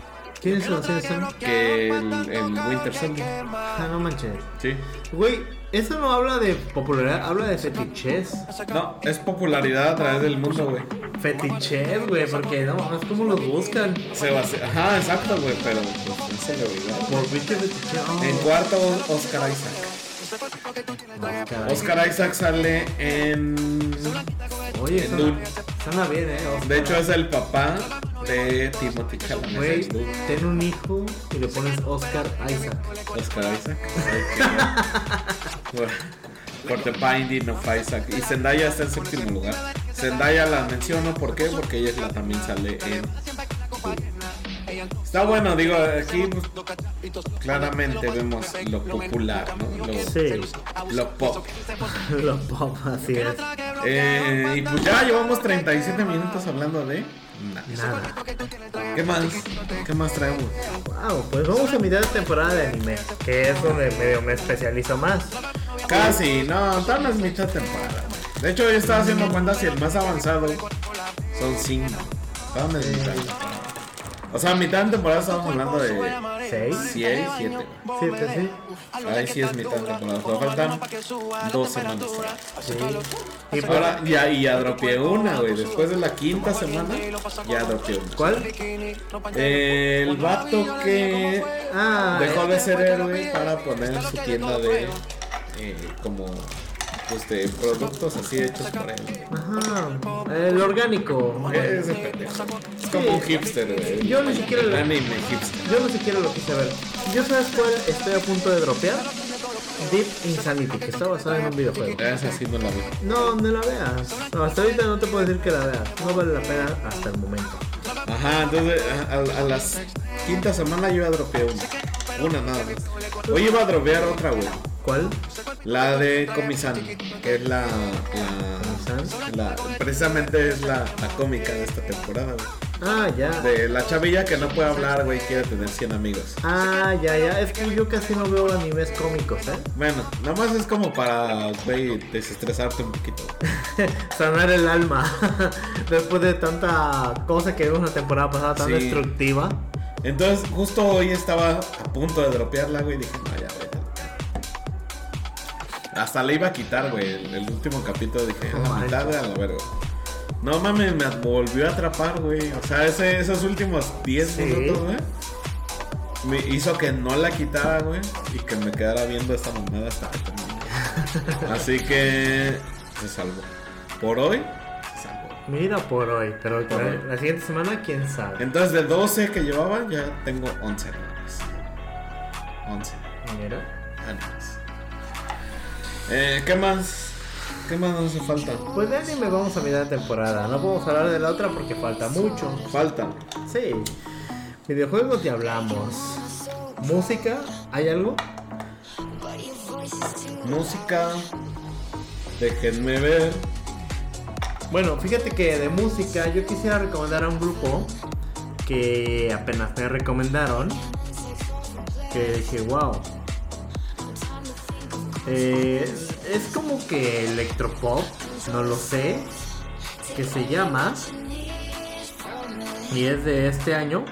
B: ¿Quién es Sebastián Stan?
A: que el, el Winter Soldier.
B: Ah, no manches.
A: Sí.
B: Güey, eso no habla de popularidad, habla de fetiches.
A: No, es popularidad a través del mundo, güey.
B: Fetiches, güey, porque no mames, ¿cómo los buscan?
A: Sebastián, ajá, exacto, güey, pero pues, en celebridad.
B: Por pinche fetiche. oh,
A: En cuarto, Oscar Isaac.
B: caray.
A: Oscar Isaac sale en.
B: Oye,
A: en
B: suena,
A: Dune.
B: suena bien, eh. Oscar.
A: De hecho, es el papá de Timothy
B: Güey,
A: Chalamet.
B: ten un hijo y le pones Oscar Isaac.
A: Oscar Isaac. Bueno, Por The Binding of Isaac. Y Zendaya está en séptimo lugar. Zendaya la menciono, ¿por qué? Porque ella es la- también sale en. Está bueno, digo, aquí pues, claramente vemos lo popular, ¿no? Lo,
B: Sí.
A: lo pop.
B: Lo pop, así es.
A: Eh, y pues ya llevamos 37 minutos hablando de nada.
B: Nada.
A: ¿Qué más? ¿Qué más traemos?
B: Wow, pues vamos a mitad de temporada de anime, que es donde medio me especializo más.
A: Casi, no, tal no es mitad temporada. De hecho, yo estaba haciendo cuentas y el más avanzado son 5. Estábamos en mitad. O sea, mitad de temporada estamos hablando de
B: ¿Seis?
A: 6, 7.
B: ¿Siete, sí?
A: Ahí sí es mitad de temporada. Todavía faltan dos semanas.
B: Sí. ¿Y por-
A: Ahora, ya, y ya dropeé una, güey. Después de la quinta semana, ya dropeé una.
B: pues, ¿Cuál?
A: Eh, El vato que
B: Ah,
A: dejó de ser héroe para poner su tienda de eh, como pues de productos así hechos por él.
B: Ajá, el orgánico. Eh,
A: Ese pendejo. Es como un hipster, güey.
B: Yo ni siquiera lo-
A: anime hipster.
B: Yo no siquiera lo quise ver. Yo sabes cuál estoy a punto de dropear. Deep Insanity, que está basada en un videojuego.
A: Ese sí no lo vi.
B: No, no la veas. No, hasta ahorita no te puedo decir que la veas. No vale la pena hasta el momento.
A: Ajá, entonces a, a- a las quinta semana yo ya dropeé una. Una nada más. Hoy iba a dropear otra, güey.
B: ¿Cuál?
A: La de Comisan, que es la,
B: ¿Comisan?
A: la, la- precisamente es la, la cómica de esta temporada, güey.
B: Ah, ya.
A: De la chavilla que no puede hablar, güey, quiere tener 100 amigos.
B: Ah, ya, ya. Es que yo casi no veo animes cómicos, ¿eh?
A: Bueno, nada más es como para, güey, desestresarte un poquito.
B: Sanar el alma. Después de tanta cosa que vimos la temporada pasada tan
A: Sí.
B: destructiva.
A: Entonces, justo hoy estaba a punto de dropearla, güey, y dije, no, ya, güey. ya". Hasta le iba a quitar, güey, el, el último capítulo, dije,
B: No
A: a la mitad,
B: manches.
A: güey, a la verga. No mames, me volvió a atrapar, güey. O sea, ese- esos últimos 10
B: Sí.
A: minutos, güey. Me hizo que no la quitara, güey. Y que me quedara viendo esta mamada hasta que terminara. Así que se salvó. Por hoy, se salvó.
B: Mira por hoy. Pero
A: Por
B: la,
A: hoy.
B: la siguiente semana, quién sabe.
A: Entonces de 12 que llevaba ya tengo 11 animes. 11
B: Mira.
A: animes. Eh, ¿Qué más? ¿Qué más nos hace falta?
B: Pues de anime vamos a mirar temporada. No podemos hablar de la otra porque falta mucho.
A: Falta.
B: Sí. Videojuegos ya hablamos. Música, ¿hay algo?
A: Música. Déjenme ver.
B: Bueno, fíjate que de música yo quisiera recomendar a un grupo que apenas me recomendaron. Que dije, wow. Eh, es como que electropop, no lo sé. Que se llama. Y es de este año.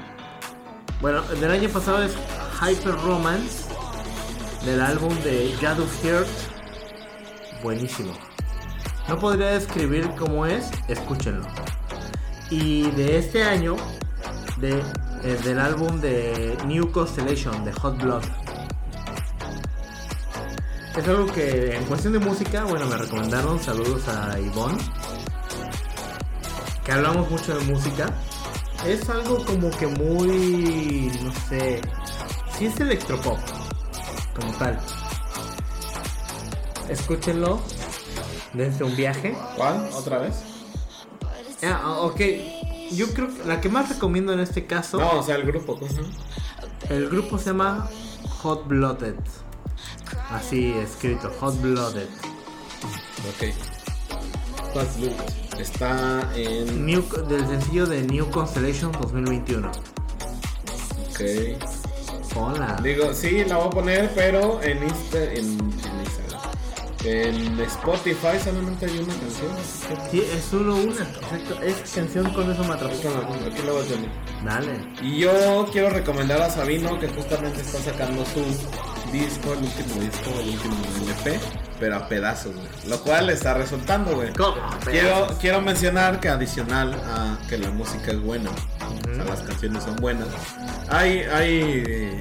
B: Bueno, del año pasado es Hyper Romance. Del álbum de Shadow Heart. Buenísimo. No podría describir cómo es, escúchenlo. Y de este año, de, eh, del álbum de New Constellation, de Hot Blood. Es algo que en cuestión de música, bueno, me recomendaron, saludos a Ivonne, que hablamos mucho de música. Es algo como que muy, no sé, sí es electropop, como tal. Escúchenlo, desde un viaje.
A: ¿Cuál? ¿Otra vez?
B: Ah, ok, yo creo que la que más recomiendo en este caso,
A: No, o sea, el grupo. ¿cómo se llama?
B: el grupo se llama Hot Blooded. Así escrito, Hot Blooded.
A: Ok. Hot Loot. Pues, Está en.
B: New, del sencillo de New Constellation 2021.
A: Ok.
B: Hola.
A: Digo, sí, la voy a poner, pero en Insta, en, en Instagram. En Spotify solamente hay una canción.
B: Sí, es solo una. Exacto. Es canción con eso me atrapó.
A: Aquí la voy a tener.
B: Dale.
A: Y yo quiero recomendar a Sabino que justamente está sacando su disco, el último disco, el último LP, pero a pedazos, güey. Lo cual le está resultando, güey.
B: ¿Cómo?
A: Quiero, quiero mencionar que adicional a que la música es buena, o sea, las canciones son buenas, hay, hay eh,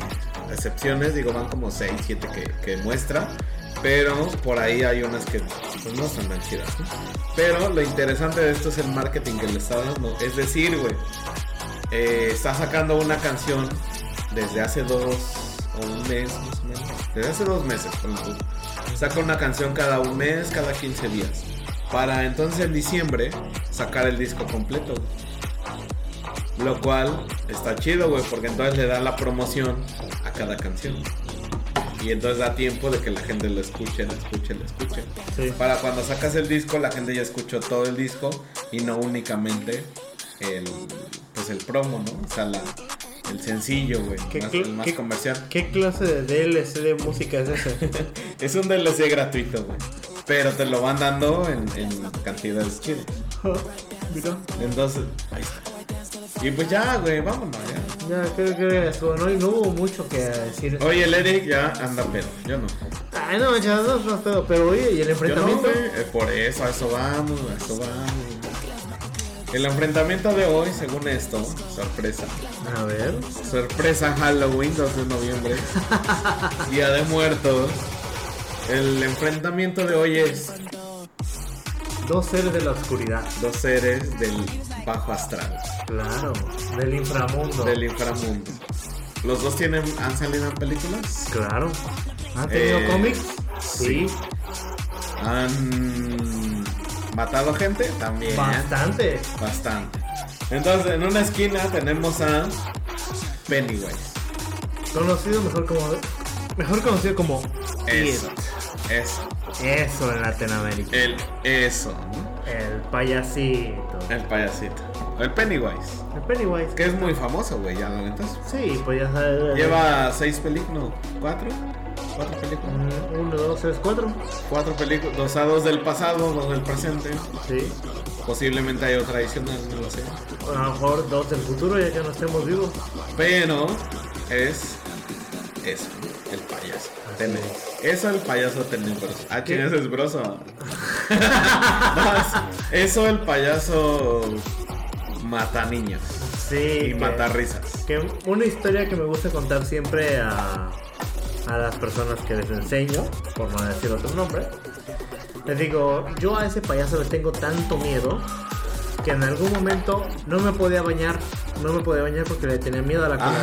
A: excepciones, digo, van como 6, 7 que, que muestra, pero por ahí hay unas que pues, no son tan chidas. ¿no? Pero lo interesante de esto es el marketing que le está dando, es decir, güey, eh, está sacando una canción desde hace dos o un mes, más o menos, desde hace dos meses, ponle tú. saca una canción cada un mes, cada 15 días para entonces en diciembre sacar el disco completo. güey. Lo cual está chido, güey, porque entonces le da la promoción a cada canción. Y entonces da tiempo de que la gente lo escuche, lo escuche, lo escuche.
B: Sí.
A: Para cuando sacas el disco, la gente ya escuchó todo el disco y no únicamente el, pues el promo, ¿no? O sea, la- el sencillo, güey,
B: ¿Qué
A: más,
B: cl-
A: el más
B: qué-
A: comercial.
B: ¿Qué clase de DLC de música es esa?
A: Es un DLC gratuito, güey. Pero te lo van dando en, en cantidades chidas.
B: Mira.
A: Entonces, ahí está. Y pues ya, güey, vámonos ya.
B: Ya, creo que eso, no, no hubo mucho que decir.
A: Oye, el Eric ya anda pedo, yo no.
B: Ay, no, ya no, no, pero, pero oye, ¿y el
A: Yo no,
B: enfrentamiento?
A: güey, eh, por eso, a eso vamos, a eso vamos. El enfrentamiento de hoy, según esto, sorpresa.
B: A ver.
A: Sorpresa Halloween 2 de noviembre. Día de muertos. El enfrentamiento de hoy es
B: Dos seres de la oscuridad.
A: dos seres del bajo astral,
B: Claro. Del inframundo.
A: del inframundo. Los dos tienen, han salido en películas,
B: Claro. ¿Han tenido
A: Eh,
B: cómics?
A: sí. han matado gente también.
B: Bastante.
A: Bastante. Entonces, en una esquina tenemos a Pennywise.
B: Conocido mejor como. Mejor conocido como.
A: Eso. Eh. Eso.
B: It. Eso en Latinoamérica.
A: El eso. ¿no?
B: El payasito.
A: El payasito. El Pennywise.
B: El Pennywise.
A: Que es muy famoso, güey, ya lo aventas.
B: Sí, pues ya sabes.
A: Lleva seis películas. No, cuatro. Cuatro películas.
B: Mm, Uno, dos, tres, cuatro.
A: Cuatro películas. Dos a dos del pasado, dos del presente.
B: Sí.
A: Posiblemente hay otra adicional, no lo sé.
B: A lo mejor dos del futuro, ya que no estemos vivos.
A: Pero es eso, el payaso. Tene- Eso el payaso tenebroso. Ah, ¿quién es el broso? No, es- eso el payaso mata niños
B: Sí.
A: y mata risas.
B: que una historia que me gusta contar siempre a, a las personas que les enseño, por no decir otro nombre, les digo, yo a ese payaso le tengo tanto miedo que en algún momento no me podía bañar, no me podía bañar porque le tenía miedo a la colonia.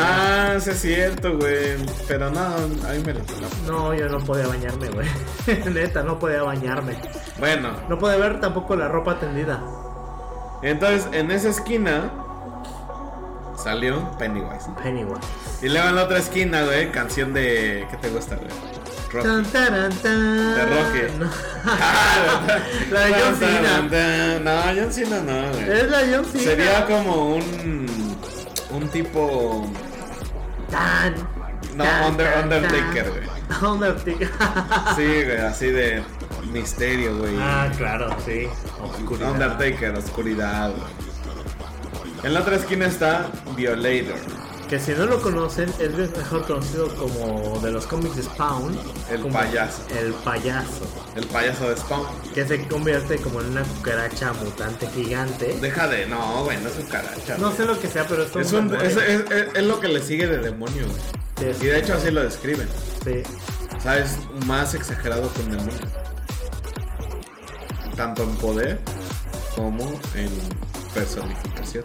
A: Ajá, sí es cierto, güey. Pero nada, a mí me lo pelaba.
B: No, yo no podía bañarme, güey. Neta, no podía bañarme.
A: Bueno,
B: No podía ver tampoco la ropa tendida.
A: entonces en esa esquina salió Pennywise. ¿no?
B: Pennywise.
A: Y luego en la otra esquina, güey, canción de. ¿Qué te gusta, güey? Rocky.
B: Tan, taran, tan.
A: De Rocky.
B: No.
A: la
B: La de John Cena.
A: No, John Cena no, güey.
B: Es la John Cena.
A: Sería como un. un tipo.
B: Tan.
A: No,
B: tan,
A: Under-
B: tan,
A: Undertaker,
B: tan.
A: güey.
B: Undertaker.
A: Sí, güey, así de misterio, güey.
B: ah, claro, sí. Oscuridad.
A: Undertaker, oscuridad. güey. En la otra esquina está Violator,
B: Que si no lo conocen, es mejor conocido como de los cómics de Spawn.
A: El
B: como
A: payaso.
B: El payaso.
A: el payaso de Spawn.
B: Que se convierte como en una cucaracha mutante gigante.
A: Deja de. No, güey, no es un caracha.
B: No sé lo que sea, pero es como
A: Es, un-
B: una
A: es-
B: mole.
A: es- es- es lo que le sigue de demonio, güey.
B: Sí,
A: Y de hecho así lo describen.
B: sí.
A: O sea, es más exagerado que un demonio. Tanto en poder como en personificación.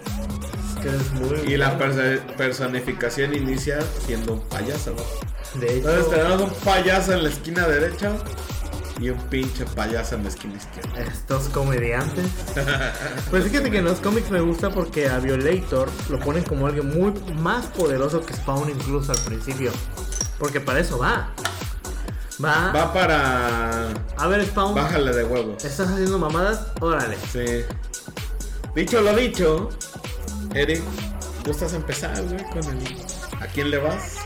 B: Es que es muy.
A: Y la perso- personificación inicia siendo un payaso. güey.
B: De hecho,
A: Entonces tenemos un payaso en la esquina derecha y un pinche payaso en la esquina izquierda.
B: Estos comediantes. Pues fíjate que en los cómics me gusta porque a Violator lo ponen como alguien muy más poderoso que Spawn incluso al principio. Porque para eso va. Va.
A: Va para...
B: A ver, Spawn,
A: Bájale de huevos.
B: ¿estás haciendo mamadas? Órale.
A: Sí. Dicho lo dicho, Eric, ¿gustas empezar, güey, con el... ¿A quién le vas?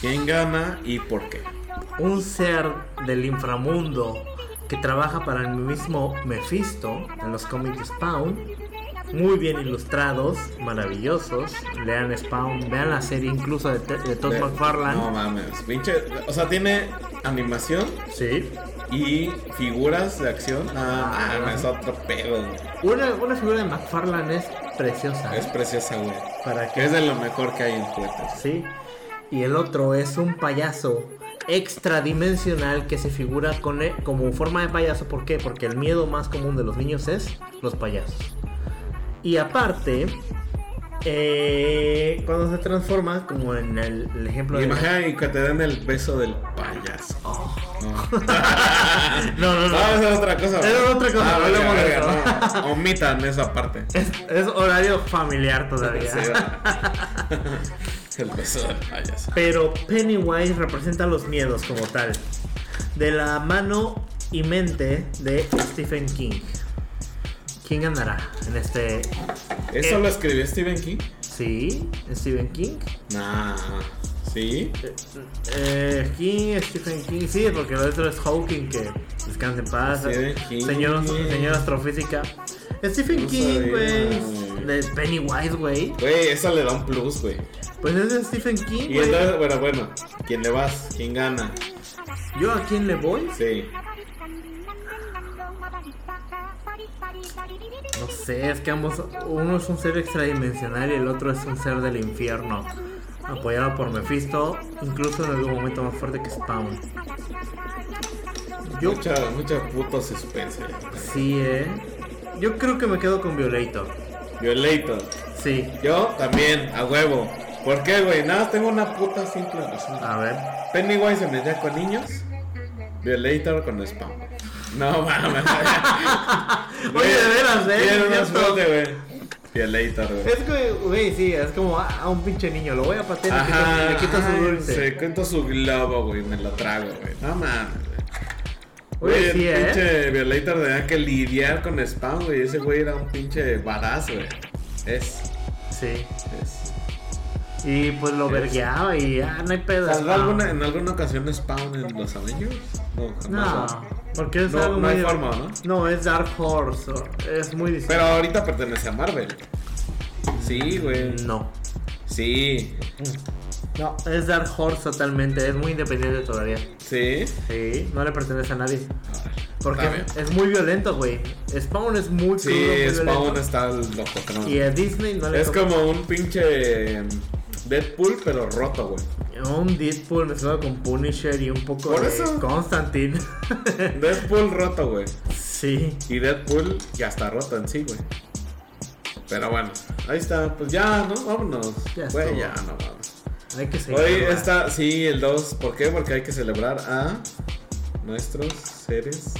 A: ¿Quién gana y por qué?
B: Un ser del inframundo que trabaja para el mismo Mephisto en los cómics de Spawn. Muy bien ilustrados, maravillosos. Lean Spawn, vean la serie incluso de, Te- de Todd
A: De-
B: McFarlane.
A: No mames, pinche. O sea, tiene animación
B: Sí.
A: y figuras de acción. Ah,
B: Ah.
A: mames, otro pedo. güey.
B: Una, una figura de McFarlane es preciosa. ¿eh?
A: Es preciosa, güey.
B: ¿Para
A: Que es de lo mejor que hay en juguetes.
B: Sí. Y el otro es un payaso extradimensional que se figura con e- como forma de payaso. ¿Por qué? Porque el miedo más común de los niños es los payasos. Y aparte, eh, cuando se transforma, como en el, el ejemplo de...
A: Imagina y que te den el beso del payaso.
B: Oh.
A: No,
B: No, no, no.
A: No, esa es otra cosa. güey.
B: Era otra cosa,
A: Ah, vale,
B: verga,
A: verga, no. Omitan esa parte.
B: Es, es horario familiar todavía.
A: Sí, va. el beso del payaso.
B: Pero Pennywise representa los miedos como tal. De la mano y mente de Stephen King. ¿Quién ganará en este?
A: ¿Eso
B: Eh.
A: lo escribió Stephen King?
B: Sí, Stephen King.
A: Nah. ¿Sí?
B: Eh, eh, King, Stephen King, sí, porque lo otro es Hawking, que descansa en paz.
A: Stephen King.
B: Señor, señor astrofísica. Stephen
A: No
B: King,
A: sabía,
B: güey.
A: güey.
B: De Pennywise, güey.
A: Güey, esa le da un plus, güey.
B: Pues es de Stephen King,
A: Y
B: güey.
A: entonces, bueno, bueno, ¿quién le vas? ¿Quién gana?
B: ¿Yo a quién le voy?
A: Sí.
B: No sé, es que ambos, uno es un ser extradimensional y el otro es un ser del infierno, apoyado por Mephisto, incluso en algún momento más fuerte que Spawn. Yo
A: Mucha, mucha puto suspense.
B: sí, eh. Yo creo que me quedo con Violator.
A: Violator.
B: Sí.
A: Yo también, a huevo. ¿Por qué, güey? Nada, más tengo una puta simple razón.
B: A ver.
A: Pennywise se metía con niños. Violator con spam. No, mames.
B: Oye, de veras, eh,
A: Tiene
B: es
A: una
B: cierto.
A: suerte, güey. Violator, güey.
B: Es que, güey, sí, es como a, a un pinche niño, lo voy a patear y
A: Ajá,
B: le quito, le quito
A: ay,
B: su dulce.
A: Se cuento su globo, güey. Me lo trago, güey. No mames, güey. Güey,
B: Oye,
A: el
B: sí, eh.
A: pinche Violator tenía que lidiar con spam, güey. Ese güey era un pinche badass, güey. Es,
B: Sí.
A: es.
B: Y pues lo
A: Es-
B: vergueaba y ya, no hay pedo.
A: ¿Saldrá
B: Spawn.
A: alguna, en alguna ocasión Spawn en los Avengers? No,
B: No,
A: jamás.
B: porque es
A: No,
B: algo
A: no hay
B: muy-
A: forma, ¿no?
B: No, es Dark Horse, o- es muy distinto.
A: Pero ahorita pertenece a Marvel. Sí, güey.
B: No,
A: Sí.
B: pues, no, es Dark Horse totalmente, es muy independiente todavía.
A: Sí.
B: Sí, no le pertenece a nadie. Porque
A: Está bien.
B: es, es muy violento, güey. Spawn es muy
A: Sí,
B: crudo, muy
A: Spawn
B: violento.
A: está loco, ¿no?
B: Y a Disney no le
A: Es
B: toca.
A: como un pinche Deadpool, pero roto, güey.
B: Un Deadpool mezclado con Punisher y un poco
A: Por
B: de
A: eso.
B: Constantine.
A: Deadpool roto, güey.
B: sí.
A: Y Deadpool ya está roto en sí, güey. Pero bueno, ahí está. Pues ya, ¿no? Vámonos.
B: Ya
A: Güey,
B: estuvo.
A: ya, no vamos.
B: Hay que seguir.
A: Hoy está, sí, el 2. ¿Por qué? Porque hay que celebrar a nuestros seres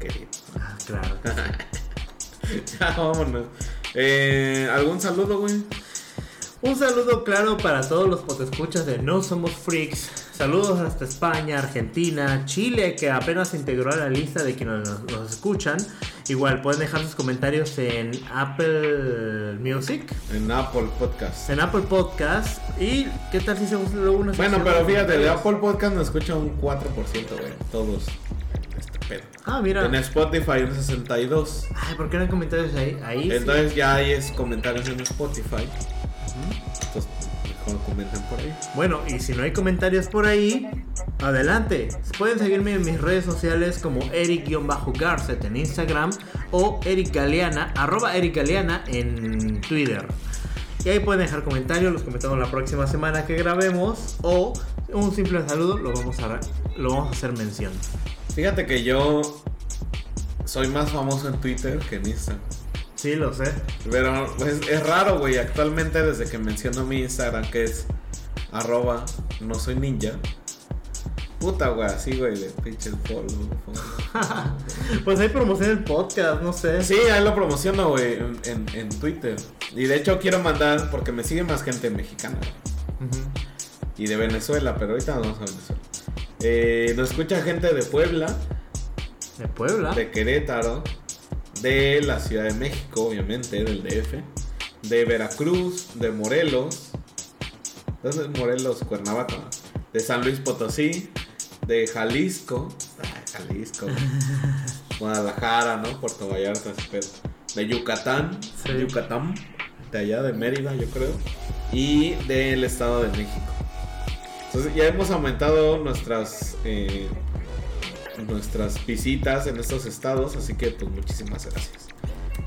A: queridos.
B: Ah, claro.
A: ya, vámonos. Eh, ¿Algún saludo, güey?
B: Un saludo claro para todos los potescuchas de No Somos Freaks. Saludos hasta España, Argentina, Chile, que apenas se integró a la lista de quienes nos, nos escuchan. Igual pueden dejar sus comentarios en Apple Music,
A: En Apple Podcast.
B: en Apple Podcast. ¿Y qué tal si se usa luego una
A: Bueno,
B: sección
A: pero
B: de
A: fíjate, de
B: comentarios?
A: Apple Podcast nos escucha un 4%, güey. Todos. Este pedo.
B: Ah, mira.
A: En Spotify un 62.
B: Ay, ¿por qué no hay comentarios ahí? Ahí sí.
A: Entonces ya hay es comentarios en Spotify. Entonces mejor comenten por ahí.
B: Bueno, y si no hay comentarios por ahí, adelante. Pueden seguirme en mis redes sociales como Eric-Garcet en Instagram o Eric Galeana, arroba Eric Galeana en Twitter. Y ahí pueden dejar comentarios, los comentamos la próxima semana que grabemos o un simple saludo, lo vamos a, lo vamos a hacer mención.
A: Fíjate que yo soy más famoso en Twitter que en Instagram.
B: Sí, lo sé.
A: Pero es, es raro, güey. Actualmente desde que menciono mi Instagram, que es arroba no soy ninja. Puta, güey, así, güey, de pinche follow, follow.
B: Pues hay promoción del podcast, no sé.
A: Sí, ahí lo promociono, güey, en, en- en Twitter. Y de hecho quiero mandar, porque me sigue más gente mexicana
B: Ujú.
A: y de Venezuela, pero ahorita no vamos a Venezuela. Eh, nos escucha gente de Puebla,
B: De Puebla.
A: de Querétaro, de la Ciudad de México, obviamente, del DF, de Veracruz, de Morelos, entonces Morelos, Cuernavaca, ¿no? de San Luis Potosí, de Jalisco, ay, Jalisco, Guadalajara, ¿no? Puerto Vallarta, ese pedo. de Yucatán,
B: Sí.
A: Yucatán, de allá de Mérida, yo creo, y del Estado de México. Entonces ya hemos aumentado nuestras eh, nuestras visitas en estos estados, así que pues muchísimas gracias.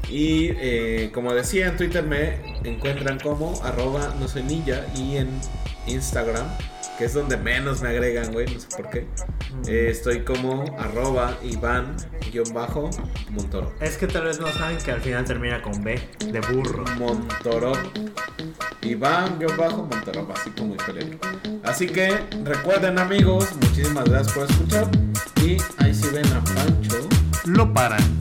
A: Y eh, como decía, en Twitter me encuentran como arroba no soy ninja y en Instagram, que es donde menos me agregan, güey, no sé por qué. eh, estoy como arroba Iván-Montoro.
B: Es que tal vez no saben que al final termina con B, de burro.
A: Montoro. Iván-Montoro, así como italiano. Así que recuerden amigos, muchísimas gracias por escuchar. Y ahí sí ven a Pancho.
B: Lo paran.